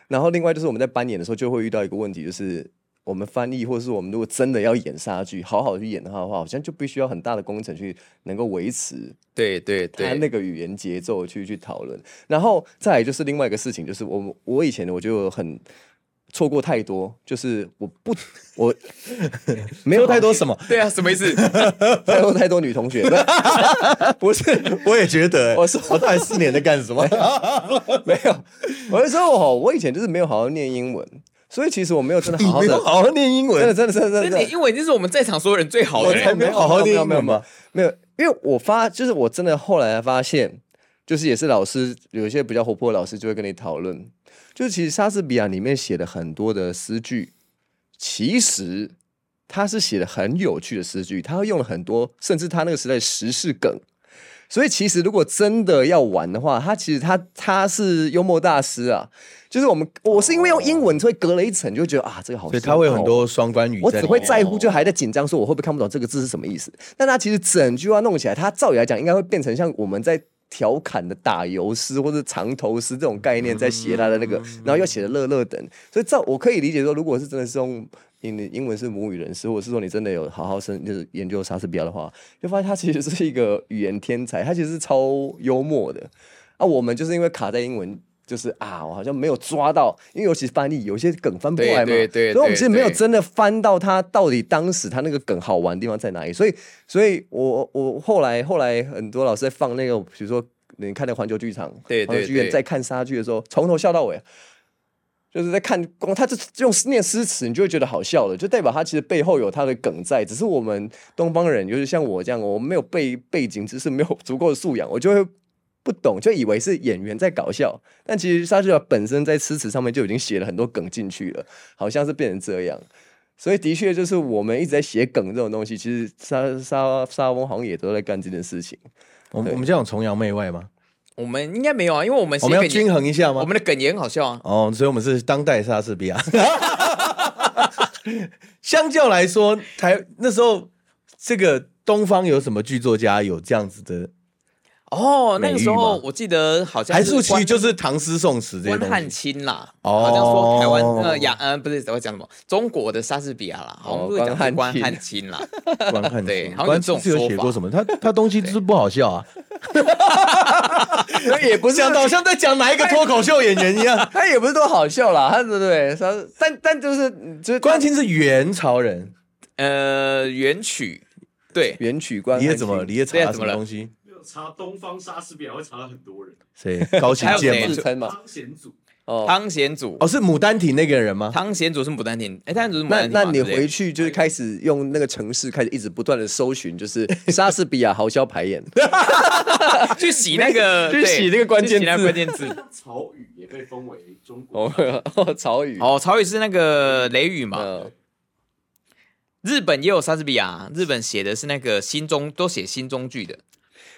B: 然后另外就是我们在扮演的时候，就会遇到一个问题，就是我们翻译，或者是我们如果真的要演莎剧，好好去演它的话，好像就必须要很大的工程去能够维持
C: 对对
B: 他
C: 对，
B: 那个语言节奏去去讨论。然后再来就是另外一个事情，就是我我以前我就很错过太多，就是我 不我没有
A: 说
B: 太
A: 太
B: 多
A: 多什么？
C: 对啊，什么 意思？
B: 太多太多女同学， 不是不是
A: 我也觉得、欸，
B: 我是
A: 我到底四年在干什么？
B: 没有，我就说哦，我以前就是没有好好念英文，所以其实我没有真的
A: 你
B: 好好
A: 没有
B: 的。
A: 好好念英
B: 真的
A: 文，
B: 真的真的真的
C: 那你，英文已经是我们在场所有人最好的
A: 我才
C: 人，
A: 没有好好念英文吧？
B: 没有，因为我发就是我真的后来发现，就是也是老师有一些比较活泼的老师就会跟你讨论，就是其实莎士比亚里面写的很多的诗句，其实他是写的很有趣的诗句，他用了很多，甚至他那个时代的时事梗。所以其实如果真的要玩的话，他其实他他是幽默大师啊，就是我们我是因为用英文，所以隔了一层就会觉得啊这个好深奥哦，
A: 所以他会有很多双关语
B: 我
A: 在
B: 只
A: 里
B: 会
A: 面。
B: 在乎，就还在紧张，说我会不会看不懂这个字是什么意思。但他其实整句话弄起来，他照理来讲应该会变成像我们在调侃的打油诗或者长头诗这种概念在写他的那个，
C: 嗯
B: 然后又写的乐乐等。所以照我可以理解说，如果是真的是用你的英文是母语人士，或者是说你真的有好好深就是研究莎士比亚的话，就发现他其实是一个语言天才，他其实是超幽默的。啊，我们就是因为卡在英文。就是啊，我好像没有抓到，因为尤其是翻译，有些梗翻不过来嘛，
C: 对对对
B: 所以我们其实没有
C: 对对
B: 真。真的翻到他到底当时他那个梗好玩的地方在哪里？所以，所以我我后来后来很多老师在放那个，比如说你看那个环球剧场，
C: 对对
B: 环球剧院
C: 对
B: 在看莎剧的时候，从头笑到尾。啊就是在看光他就用念诗词，你就会觉得好笑了，就代表他其实背后有他的梗在，只是我们东方人，就是像我这样，我们没有背背景知识，没有足够的素养，我就会不懂，就以为是演员在搞笑，但其实莎士比亚本身在诗词上面就已经写了很多梗进去了，好像是变成这样。所以的确就是我们一直在写梗这种东西，其实莎莎莎翁好像也都在干这件事情。
A: 我们我们这样有崇洋媚外吗？
C: 我们应该没有啊，因为我们
A: 我
C: 写
A: 们要
C: 梗也
A: 均衡一下吗？
C: 我们的梗也很好笑啊。
A: 哦，所以我们是当代莎士比亚。 相较来说，台那时候这个东方有什么剧作家有这样子的？
C: 哦，那个时
A: 美玉
C: 候
A: 吗
C: 我记得好像
A: 还是其
C: 关
A: 实就是唐诗宋词这些
C: 温
A: 东
C: 汉
A: 西。
C: 卿啦，
A: 哦
C: 好像说台湾呃亚呃不是我讲什么中国的莎士比亚啦，好像不是讲是
B: 哦关汉
C: 关
B: 卿
C: 汉卿啦，
A: 关汉
C: 对
A: 卿
C: 好像有
A: 关
C: 这种
A: 是有
C: 说
A: 写
C: 法
A: 过什么？他他东西就是不好笑啊，
B: 那也不 是
A: 讲的好像在讲哪一个脱口秀演 员一样。
B: 他也不是多好笑啦，他对不对？他但但就是就是
A: 关汉卿是元朝人，
C: 呃元曲对
B: 原曲关
A: 你
B: 汉
A: 也
B: 卿
A: 怎么你也查
C: 对
A: 什
C: 啊怎么
A: 么
C: 了
A: 东西？
D: 没有查东方莎士比亚，会查到很多人。
A: 谁？高行
C: 还有
A: 健吗？
C: 谁
B: 自称嘛？
D: 汤显祖，
B: 哦，
C: 汤显祖
A: 哦，是《牡丹亭》那个人吗？
C: 汤显祖是牡丹亭，哎汤显祖是牡
B: 那
C: 丹亭嘛
B: 那你
C: 对不对
B: 回去就是开始用那个城市开始一直不断的搜寻，就是 莎士比亚豪销排演，
A: 啊
C: 去洗那 个
B: 去洗
C: 对
B: 那个关键
C: 去洗那
B: 字
C: 个关键 字。
D: 曹禺也被封为中国
B: 哦，哦 曹禺，
C: 哦，曹禺是那个雷雨嘛，
B: 嗯，
C: 日本也有莎士比亚，日本写的是那个新中都写新中剧的，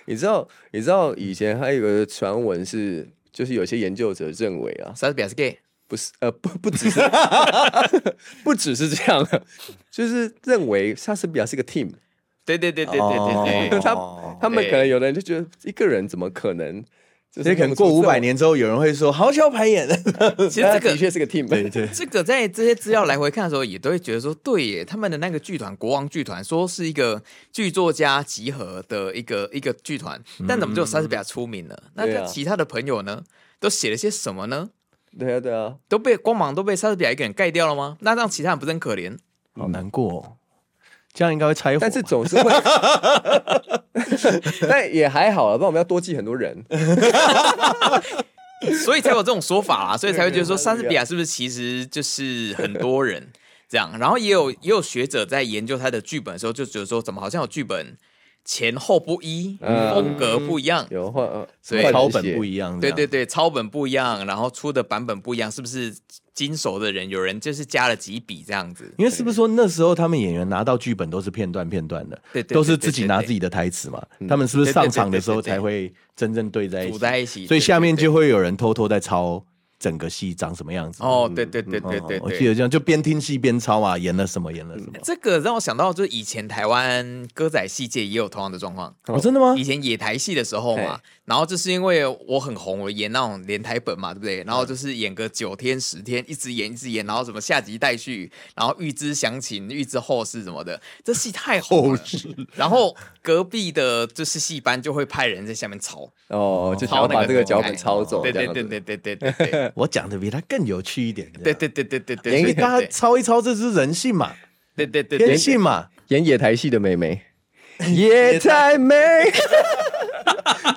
B: 你知道你知道以前还有个传闻是，就是有些研究者认为啊，
C: 莎士比亚是 gay，
B: 不是，呃，不不只是， 不只是这样，就是认为莎士比亚是个 team，
C: 对对对对对对对，
A: 哦
B: 他们可能有人就觉得一个人怎么可能，就是
A: 所以可能过五百，年之后，有人会说好小排 演。
C: 其实这
B: 的
C: 个
B: 确是个 team，
A: 对对，
C: 这个在这些资料来回看的时候，也都会觉得说，对耶，他们的那个剧团国王剧团说是一个剧作家集合的一个一个剧团，但怎么只有莎士比亚出名了？那
B: 对啊
C: 他其他的朋友呢，都写了些什么呢？
B: 对啊对啊，
C: 都被光芒都被莎士比亚一个人盖掉了吗？那让其他人不是很可怜？
A: 好难过、哦，这样应该会拆伙吧。
B: 但是总是会， 但也还好啊，不然我们要多记很多人，
C: 所以才有这种说 法啦，所以才会觉得说莎士比亚是不是其实就是很多人 这样，然后也有也有学者在研究他的剧本的时候，就觉得说怎么好像有剧本前后不一，
B: 嗯
C: 风格不一样。
B: 有换呃
C: 所以
B: 换人
A: 抄本
B: 写
A: 不一样，
C: 对对，对，抄本不一样，然后出的版本不一样，是不是经手的人有人就是加了几笔这样子？
A: 因为是不是说那时候他们演员拿到剧本都是片段片段的，
C: 对对对嗯
A: 都是自己拿自己的台词嘛？他们是不是上场的时候
C: 对对对对对
A: 才会真正对在一
C: 组
A: 起？
C: 在一起，
A: 所以
C: 对
A: 下面
C: 对对
A: 就会有人偷偷在抄整个戏长什么样子。
C: 哦，对对对对对
A: 我记
C: 对。嗯
A: 得这样，就边听戏边抄嘛，演了什么演了什么。
C: 这个让我想到，就是以前台湾歌仔戏界也有同样的状况。
A: 哦，真的
B: 啊
A: 吗
C: 以？前野台戏的时候嘛，然后就是因为我很红，我演那种连台本嘛，对不对？然后就是演个九天十天，一直演一直演，然后什么下集待续，然后预知详情、预知后事什么的，这戏太红了。然后隔壁的就是戏班就会派人在下面抄，
B: 哦， 就想
C: 抄
B: 要
C: 那
B: 把这个
C: 东
B: 脚
C: 西
B: 本抄走，
C: 哎对对
B: 这
C: 对
B: 样子
C: 对对对对对对
A: 我讲的比他更有趣一点。
C: 嗯对对对对对对，
A: 演
C: 所以
A: 一大家
C: 对
A: 抄一抄，这是人性嘛，
C: 对对 对
A: 天
C: 对，
A: 性嘛。
B: 演野台戏的妹妹，野太 美，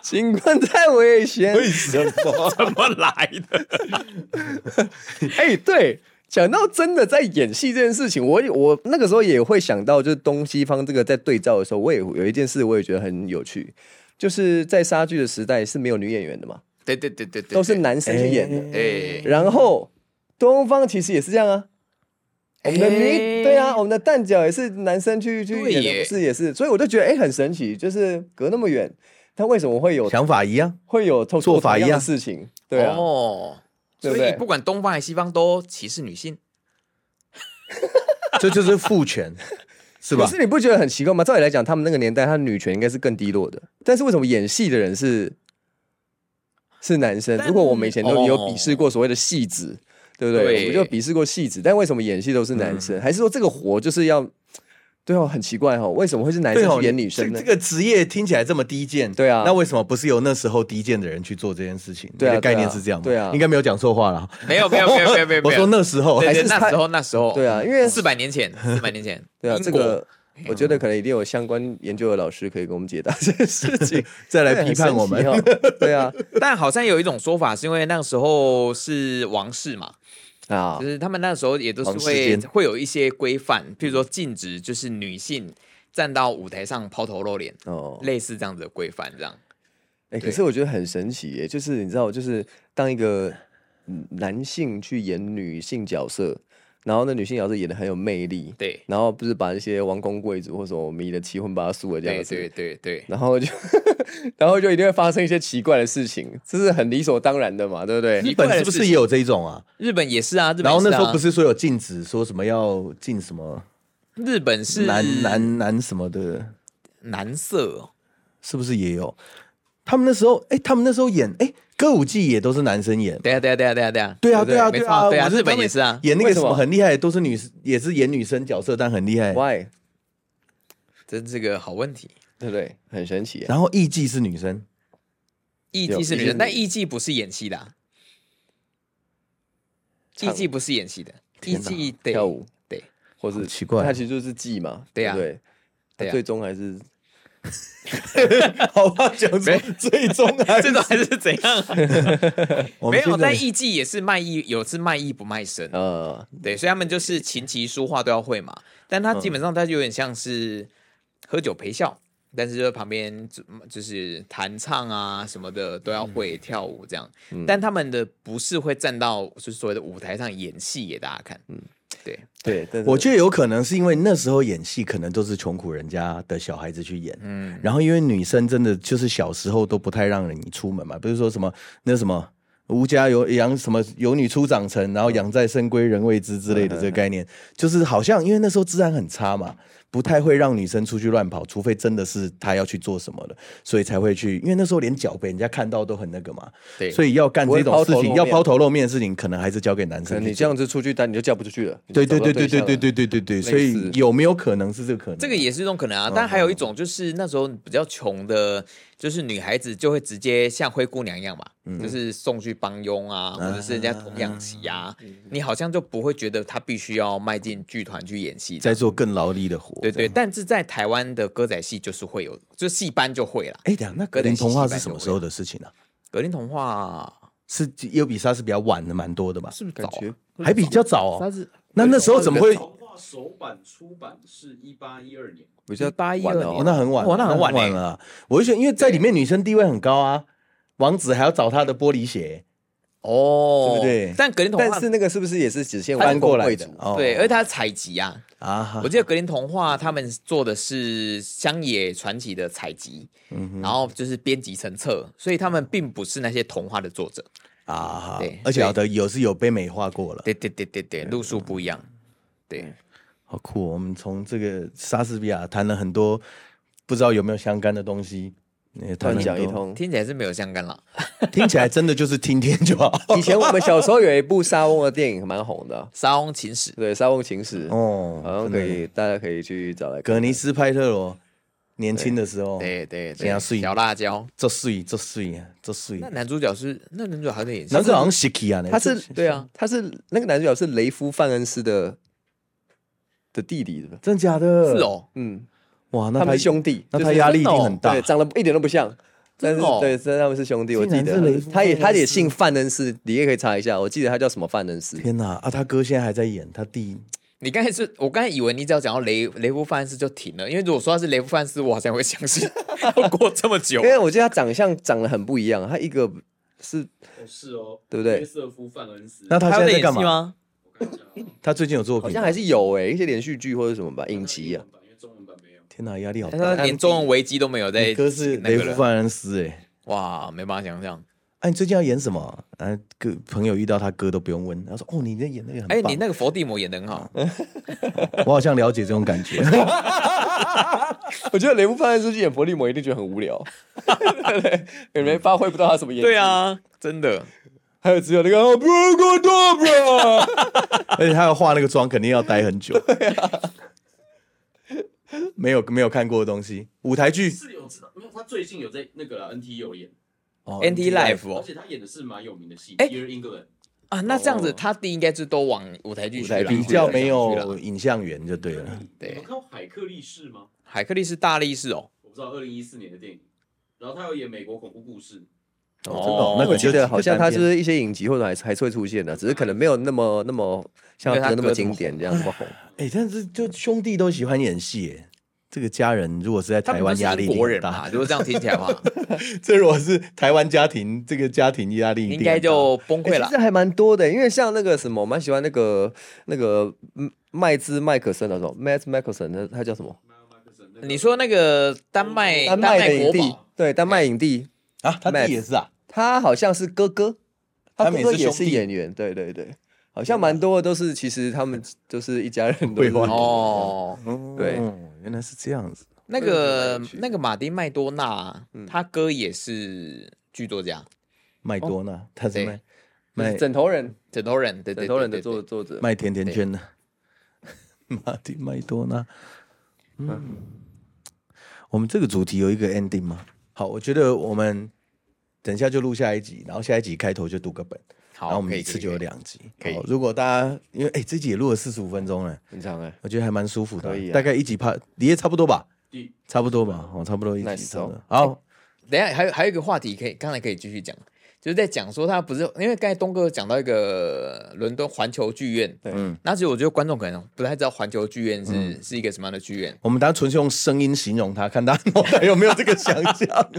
B: 尽管太危险。
A: 什么？
C: 怎么来的？
B: 哎、对，讲到真的在演戏这件事情，我我那个时候也会想到，就是东西方这个在对照的时候，我也有一件事，我也觉得很有趣，就是在莎剧的时代是没有女演员的嘛，
C: 对对对对对，
B: 都是男生去演的。
C: 对对
B: 然后东方其实也是这样啊，我们的女、
C: 哎
B: 对啊，我们的蛋角也是男生去去
C: 对
B: 演的，
C: 耶
B: 不是也是，所以我就觉得哎、很神奇，就是隔那么远，他为什么会有
A: 想法一样。
B: 会有透
A: 做法一样
B: 的事情？对啊，
C: 哦，
B: 对
C: 所
B: 不
C: 以
B: 对
C: 不管东方还是西方都歧视女性。
A: 这就是父权，是吧
B: 可？是你不觉得很奇怪吗？照理来讲，他们那个年代，他的女权应该是更低落的，但是为什么演戏的人是是男生？
C: 但
B: 如果我们以前都有
C: 哦
B: 鄙视过所谓的戏子，对不对？
C: 对
B: 我们就鄙视过戏子，但为什么演戏都是男
A: 嗯
B: 生？还是说这个活就是要？对哦，很奇怪哦，为什么会是男
A: 对
B: 生
A: 哦，
B: 去演女生呢
A: 这？这个职业听起来这么低贱，
B: 对啊
A: 那为什么不是由那时候低贱的人去做这件事情？
B: 对啊
A: 你的概
B: 对啊
A: 念是这样吗？
B: 对啊
A: 应该没有讲错话了。
C: 没有没有没有没有没有，
A: 我说那时候哎
C: 对
B: 还
C: 对
B: 是
C: 那
B: 他
C: 时候那时候，
B: 对啊因为
C: 四百 年前，四百年前，
B: 对啊，
C: 英
B: 这
C: 国
B: 个
A: 哎
B: 我觉得可能一定有相关研究的老师可以给我们解答这件事情，
A: 再来批判我们
B: 很神奇哦。对啊，
C: 但好像有一种说法是因为那个时候是王室嘛，
B: 啊
C: 就，是他们那时候也都
B: 王
C: 是
B: 世
C: 会
B: 坚
C: 会有一些规范，
A: 嗯
C: 譬如说禁止就是女性站到舞台上抛头露脸，
B: 哦，
C: 类似这样子的规范，这样
B: 哎、可
C: 对
B: 是我觉得很神奇耶，就是你知道，就是当一个嗯男性去演女性角色，然后那女性角色演的很有魅力，
C: 对
B: 然后不是把那些王公贵族或什么迷得七荤八素的这
C: 对
B: 样子，
C: 对对对，
B: 然后就 然后就一定会发生一些奇怪的事情，这是很理所当然的嘛，对不
A: 日
B: 对？
A: 本是不是也有这种啊？
C: 日本也是啊，日本
A: 然后那
C: 也
A: 时
C: 啊
A: 候不是说有禁止说什么要禁什么
C: 日本是
A: 男男男什么的，
C: 男色哦，
A: 是不是也有？他们那时候，哎，他们那时候演，哎，歌舞伎也都是男生演。
C: 对啊对啊对啊对啊对啊，
A: 对啊，
C: 不
A: 对啊，
C: 没
A: 对
C: 错
A: 啊，
C: 对啊，
A: 我
C: 日本
A: 他们
C: 也是啊，
A: 演那个
B: 为什
A: 什么
B: 么
A: 很厉害，都是女，也是演女生角色，但很厉害。
B: Why？
C: 这是个好问题。
B: 对不对？很神奇耶。
A: 然后艺妓是女生，
C: 艺
B: 有
C: 妓是
B: 艺
C: 女
B: 妓
C: 生，
B: 是
C: 但
B: 女
C: 艺妓不是演戏的啊、艺
B: 唱
C: 妓不是演戏的，艺
A: 天哪
C: 妓得
B: 跳舞，
C: 对，
B: 或是
A: 好奇怪哦
B: 它其实就是技嘛，
C: 对
B: 对
C: 啊
B: 不对？它
C: 对啊
B: 最终还是
A: 好吧，讲说最终还
C: 这种还是怎样啊？
A: 我们
C: 没有，
A: 现在嗯
C: 但艺妓也是卖艺，有是卖艺不卖身，
B: 呃，
C: 对，所以他们就是琴棋书画都要会嘛。但
A: 嗯
C: 他基本上他就有点像是喝酒陪笑，但是就旁边就就是弹唱啊什么的都要会、
A: 嗯
C: 跳舞这样。但他们的不是会站到就是所谓的舞台上演戏给大家看，嗯，对，
B: 对，但是
A: 我觉得有可能是因为那时候演戏可能都是穷苦人家的小孩子去演，
C: 嗯，
A: 然后因为女生真的就是小时候都不太让人你出门嘛，不是说什么那什么吴家有养什么有女初长成，然后养在深闺人未知之类的这个概念，就是好像因为那时候治安很差嘛，不太会让女生出去乱跑，除非真的是她要去做什么的，所以才会去，因为那时候连脚被人家看到都很那个嘛，
C: 对
A: 所以要干这种事情，
B: 不会抛头露面
A: 要抛头露面的事情，可能还是交给男
B: 可
A: 生
B: 能
A: 去
B: 你
A: 做
B: 这。样子出去单你就嫁不出去了，你就
A: 对对
B: 找不
A: 对
B: 到
A: 对对
B: 象
A: 对
B: 了
A: 对对对对，所以
B: 似
A: 有没有可能是这个可能？
C: 这个也是一种可能啊，但还有一种就是那时候比较穷的，就是女孩子就会直接像灰姑娘一样嘛，就是送去帮佣嗯啊，或者是人家童养媳啊，你好像就不会觉得她必须要迈进剧团去演戏。
A: 在做更劳力的活。
C: 对对，但是在台湾的歌仔戏就是会有，就戏班就会啦。
A: 哎，等一下那格林童话是什么时候的事情啊？
C: 格林童话
A: 是又比莎是比较晚的，蛮多的吧？
C: 是不是
B: 感
C: 早、
B: 觉
C: 啊？
A: 还比较早
C: 它
A: 哦。
C: 是
A: 那那时候怎么会？
C: 哦
D: 童话首版出版是一八一二年，
B: 比较
C: 八一
B: 晚
C: 二
B: 了哦
A: 哦，那很晚，
C: 哇那很晚欸
A: 了啊。我就觉得，因为在里面女生地位很高啊，王子还要找她的玻璃鞋，
C: 哦，
A: 对不对
C: 但格林童话
B: 但是那个是不是也是只限
A: 翻过来
B: 贵
A: 的
B: 族？
A: 哦
C: 对，而且它是采集啊，
A: 啊哈
C: 我记得格林童话他们做的是乡野传奇的采集，
A: 嗯
C: 然后就是编辑成册，所以他们并不是那些童话的作者。
A: 啊哈
C: 对，
A: 而且有的有是有被美化过了，
C: 对对对对对，路数不一样。对，
A: 好酷哦。我们从这个莎士比亚谈了很多，不知道有没有相干的东西。也谈了
B: 乱
A: 很
B: 讲一
A: 多，
B: 通。
C: 听起来是没有相干了。
A: 听起来真的就是听天就好。
B: 以前我们小时候有一部沙翁的电影蛮红的，啊
C: 沙翁情史，
B: 对《沙翁情史》，
A: 哦，
B: 好像
A: 真的
B: 可以，大家可以去找来看。
A: 格尼斯派特罗年轻的时候，
C: 对对
A: 这样
C: 对，
A: 睡
C: 小辣椒。
A: 这水这水啊这水
C: 那，男主角是那男主角还在演戏
A: 男，主好像 Shiki 啊，
B: 他是
A: 这
B: 对啊，他是那个男主角是雷夫·范恩斯的的弟弟，对吧
A: 真假的？
C: 是，哦，
B: 嗯，
A: 哇，那
B: 他
A: 他
B: 们是兄弟，
A: 那
B: 就
A: 他
B: 是
A: 压力一
C: 真的
A: 定
C: 哦
A: 很大
B: 对，。长得一点都不像，但是
C: 真的哦
B: 对，但他们是兄弟，我
A: 竟
B: 记
A: 然是雷
B: 得
A: 夫。
B: 他也
A: 范恩
B: 他也
A: 斯
B: 姓范恩斯，你也可以查一下，我记得他叫什么范恩斯。
A: 天哪啊！他哥现在还在演，他弟
C: 你刚才是我刚才以为你只要讲到雷雷夫范斯就停了，因为如果说他是雷夫范斯，我好像会相 信。要过这么久
B: 因，为我记得他长相长得很不一样，他一个是
D: 哦是哦，
B: 对不对
D: 约瑟夫·范恩斯，
A: 那他现在
C: 有
A: 在
C: 演
A: 干
C: 戏
A: 嘛？
C: 吗？
D: 我看一下啊
A: 他最近有作
B: 好
A: 品
B: 像
A: 吗？
B: 还是有欸诶、一些连续剧或者什么吧，影集啊
D: 看。到英文版因为中文版没有。
A: 天哪，压力好
C: 他
A: 大。
C: 连中文危机都没有在
A: 你哥是
C: 那
A: 雷
C: 个
A: 夫
C: 了
A: ·范恩斯哎，
C: 哇，没办法想象。
A: 哎，你最近要演什么？啊，哥朋友遇到他哥都不用问，他说哦，你在演那个很
C: 哎、
A: 棒
C: 你那个佛地魔演的很 好，
A: 我好像了解这种感觉。
B: 我觉得雷夫范恩斯去演佛利魔一定觉得很无 聊，对不对？有人发挥不到他什么演技。
C: 对，啊，真的，
B: 还有只有那个哦 b r o d o b r
A: 而且他要化那个妆，肯定要待很 久。没有没有看过的东西，舞台剧
D: 是有知道，没有他最近有在那个啦 NT 有演，
A: 哦
C: NT Life
D: 而
C: 哦
D: 且他演的是蛮有名的戏，
C: 哎
D: 《Dear England》。
C: 啊，那这样子他弟应该是都往舞台剧去了，
A: 比较没
C: 舞台剧去
A: 有
C: 了
A: 影像源就对啊了。
C: 对
D: 你们看过《海克力士》吗？
C: 海克力是大力士哦，
D: 我不知道，二零一四年的电影。然后他有演美国恐怖故事，
A: 哦真的哦那
B: 我
A: 个
B: 记
A: 就
B: 得
A: 几
B: 好
A: 个
B: 像
A: 单
B: 它
A: 片
B: 是一些影集或者还还是会出现的，只是可能没有那么那么像
C: 因为
B: 它
C: 它
B: 那么
C: 歌
B: 经
C: 这么
B: 典这样 那么红。
A: 哎，但是就兄弟都喜欢演戏耶，这个家人如果是在啊
C: 他
A: 台
C: 们
A: 湾
C: 都是
A: 压力一
C: 英
A: 定
C: 国
A: 很
C: 人
A: 大
C: 嘛，，如果这样听起来的话，
A: 这如果是台湾家庭，这个家庭压力 一定哎
C: 应该
A: 很大
C: 就崩
B: 欸
C: 溃了
B: 其。实还蛮多的，因为像那个什么，我蛮喜欢那个那个嗯麦兹麦克森的什么 Matt Mickelson，他他叫什么？
C: 你说那个丹麦
B: 丹
C: 麦
B: 的影
C: 国
B: 帝
C: 宝，，
B: 对，丹麦影帝，
A: 啊，他弟也是啊，
B: 他好像是哥哥，他
A: 他们也
B: 哥哥
A: 是
B: 也
A: 兄
B: 是
A: 弟
B: 演员，对对对，好像蛮多的都是，其实他们 就是一家人都
A: 会
B: 是
A: 玩
C: 哦，
B: 对
A: 哦，原来是这样子。
C: 那
B: 这个蛮
C: 个
B: 有趣的
C: 那个马丁麦多纳，
A: 嗯
C: 他哥也是剧作家，
A: 麦多纳，他是
C: 对
A: 卖
B: 就是
A: 卖
B: 枕头人，
C: 枕头人，对对，
B: 枕头人的
C: 对对
B: 作作者，
A: 卖甜甜圈的， 马丁麦多纳。嗯，嗯我们这个主题有一个 ending 吗？好，我觉得我们等一下就录下一集，然后下一集开头就读个本，然
C: 好，
A: 后我们
C: 可以
A: 一次就有，两集。
C: 可以
A: 好如果大家因为哎、这集也录了四十五分钟了，
B: 很长哎，
A: 我觉得还蛮舒服的，
B: 可以啊
A: 大概一集怕也差不多吧，
D: 第
A: 差不多吧，哦，差不多一集
B: Nice
A: 差不多
B: 哦
A: 好，
C: 可以可以等一下还有还有一个话题可以，刚才可以继续讲，就是在讲说他不是，因为刚才东哥有讲到一个伦敦环球剧院，
B: 对
A: 嗯
C: 那其实我觉得观众可能不太知道环球剧院是、是一个什么样的剧院，
A: 我们当然纯是用声音形容它，看大家脑袋有没有这个想象。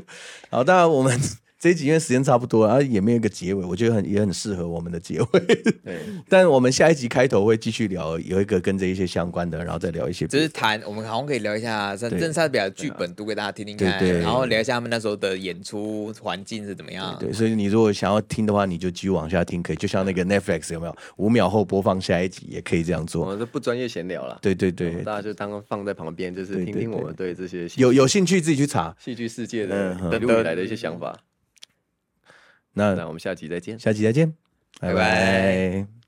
A: 好，当然我们这一集因为时间差不多了，然后也没有一个结尾，我觉得很也很适合我们的结尾。
B: 对，
A: 但我们下一集开头会继续聊有一个跟这一些相关的，然后再聊一些别
C: 就是
A: 的。
C: 谈，我们好像可以聊一下像
A: 对啊
C: 郑莎比的剧本，读给大家听听看，
A: 对对
C: 然后聊一下他们那时候的演出环境是怎么样。
A: 对，所以你如果想要听的话，你就继续往下听，可以就像那个 Netflix 有没有五秒后播放下一集，也可以这样
B: 我
A: 做。
B: 们这不专业闲聊了，
A: 对对对，
B: 大家就当放在旁边，就是
A: 对
B: 听
A: 对
B: 听我
A: 对
B: 们对这些戏
A: 有有兴趣自己去查。
B: 戏剧世界的
A: 嗯嗯
B: 一路以来的一些想法。
A: 那
B: 嗯那我们下集再见。
A: 下期再见，拜
C: 拜
A: 拜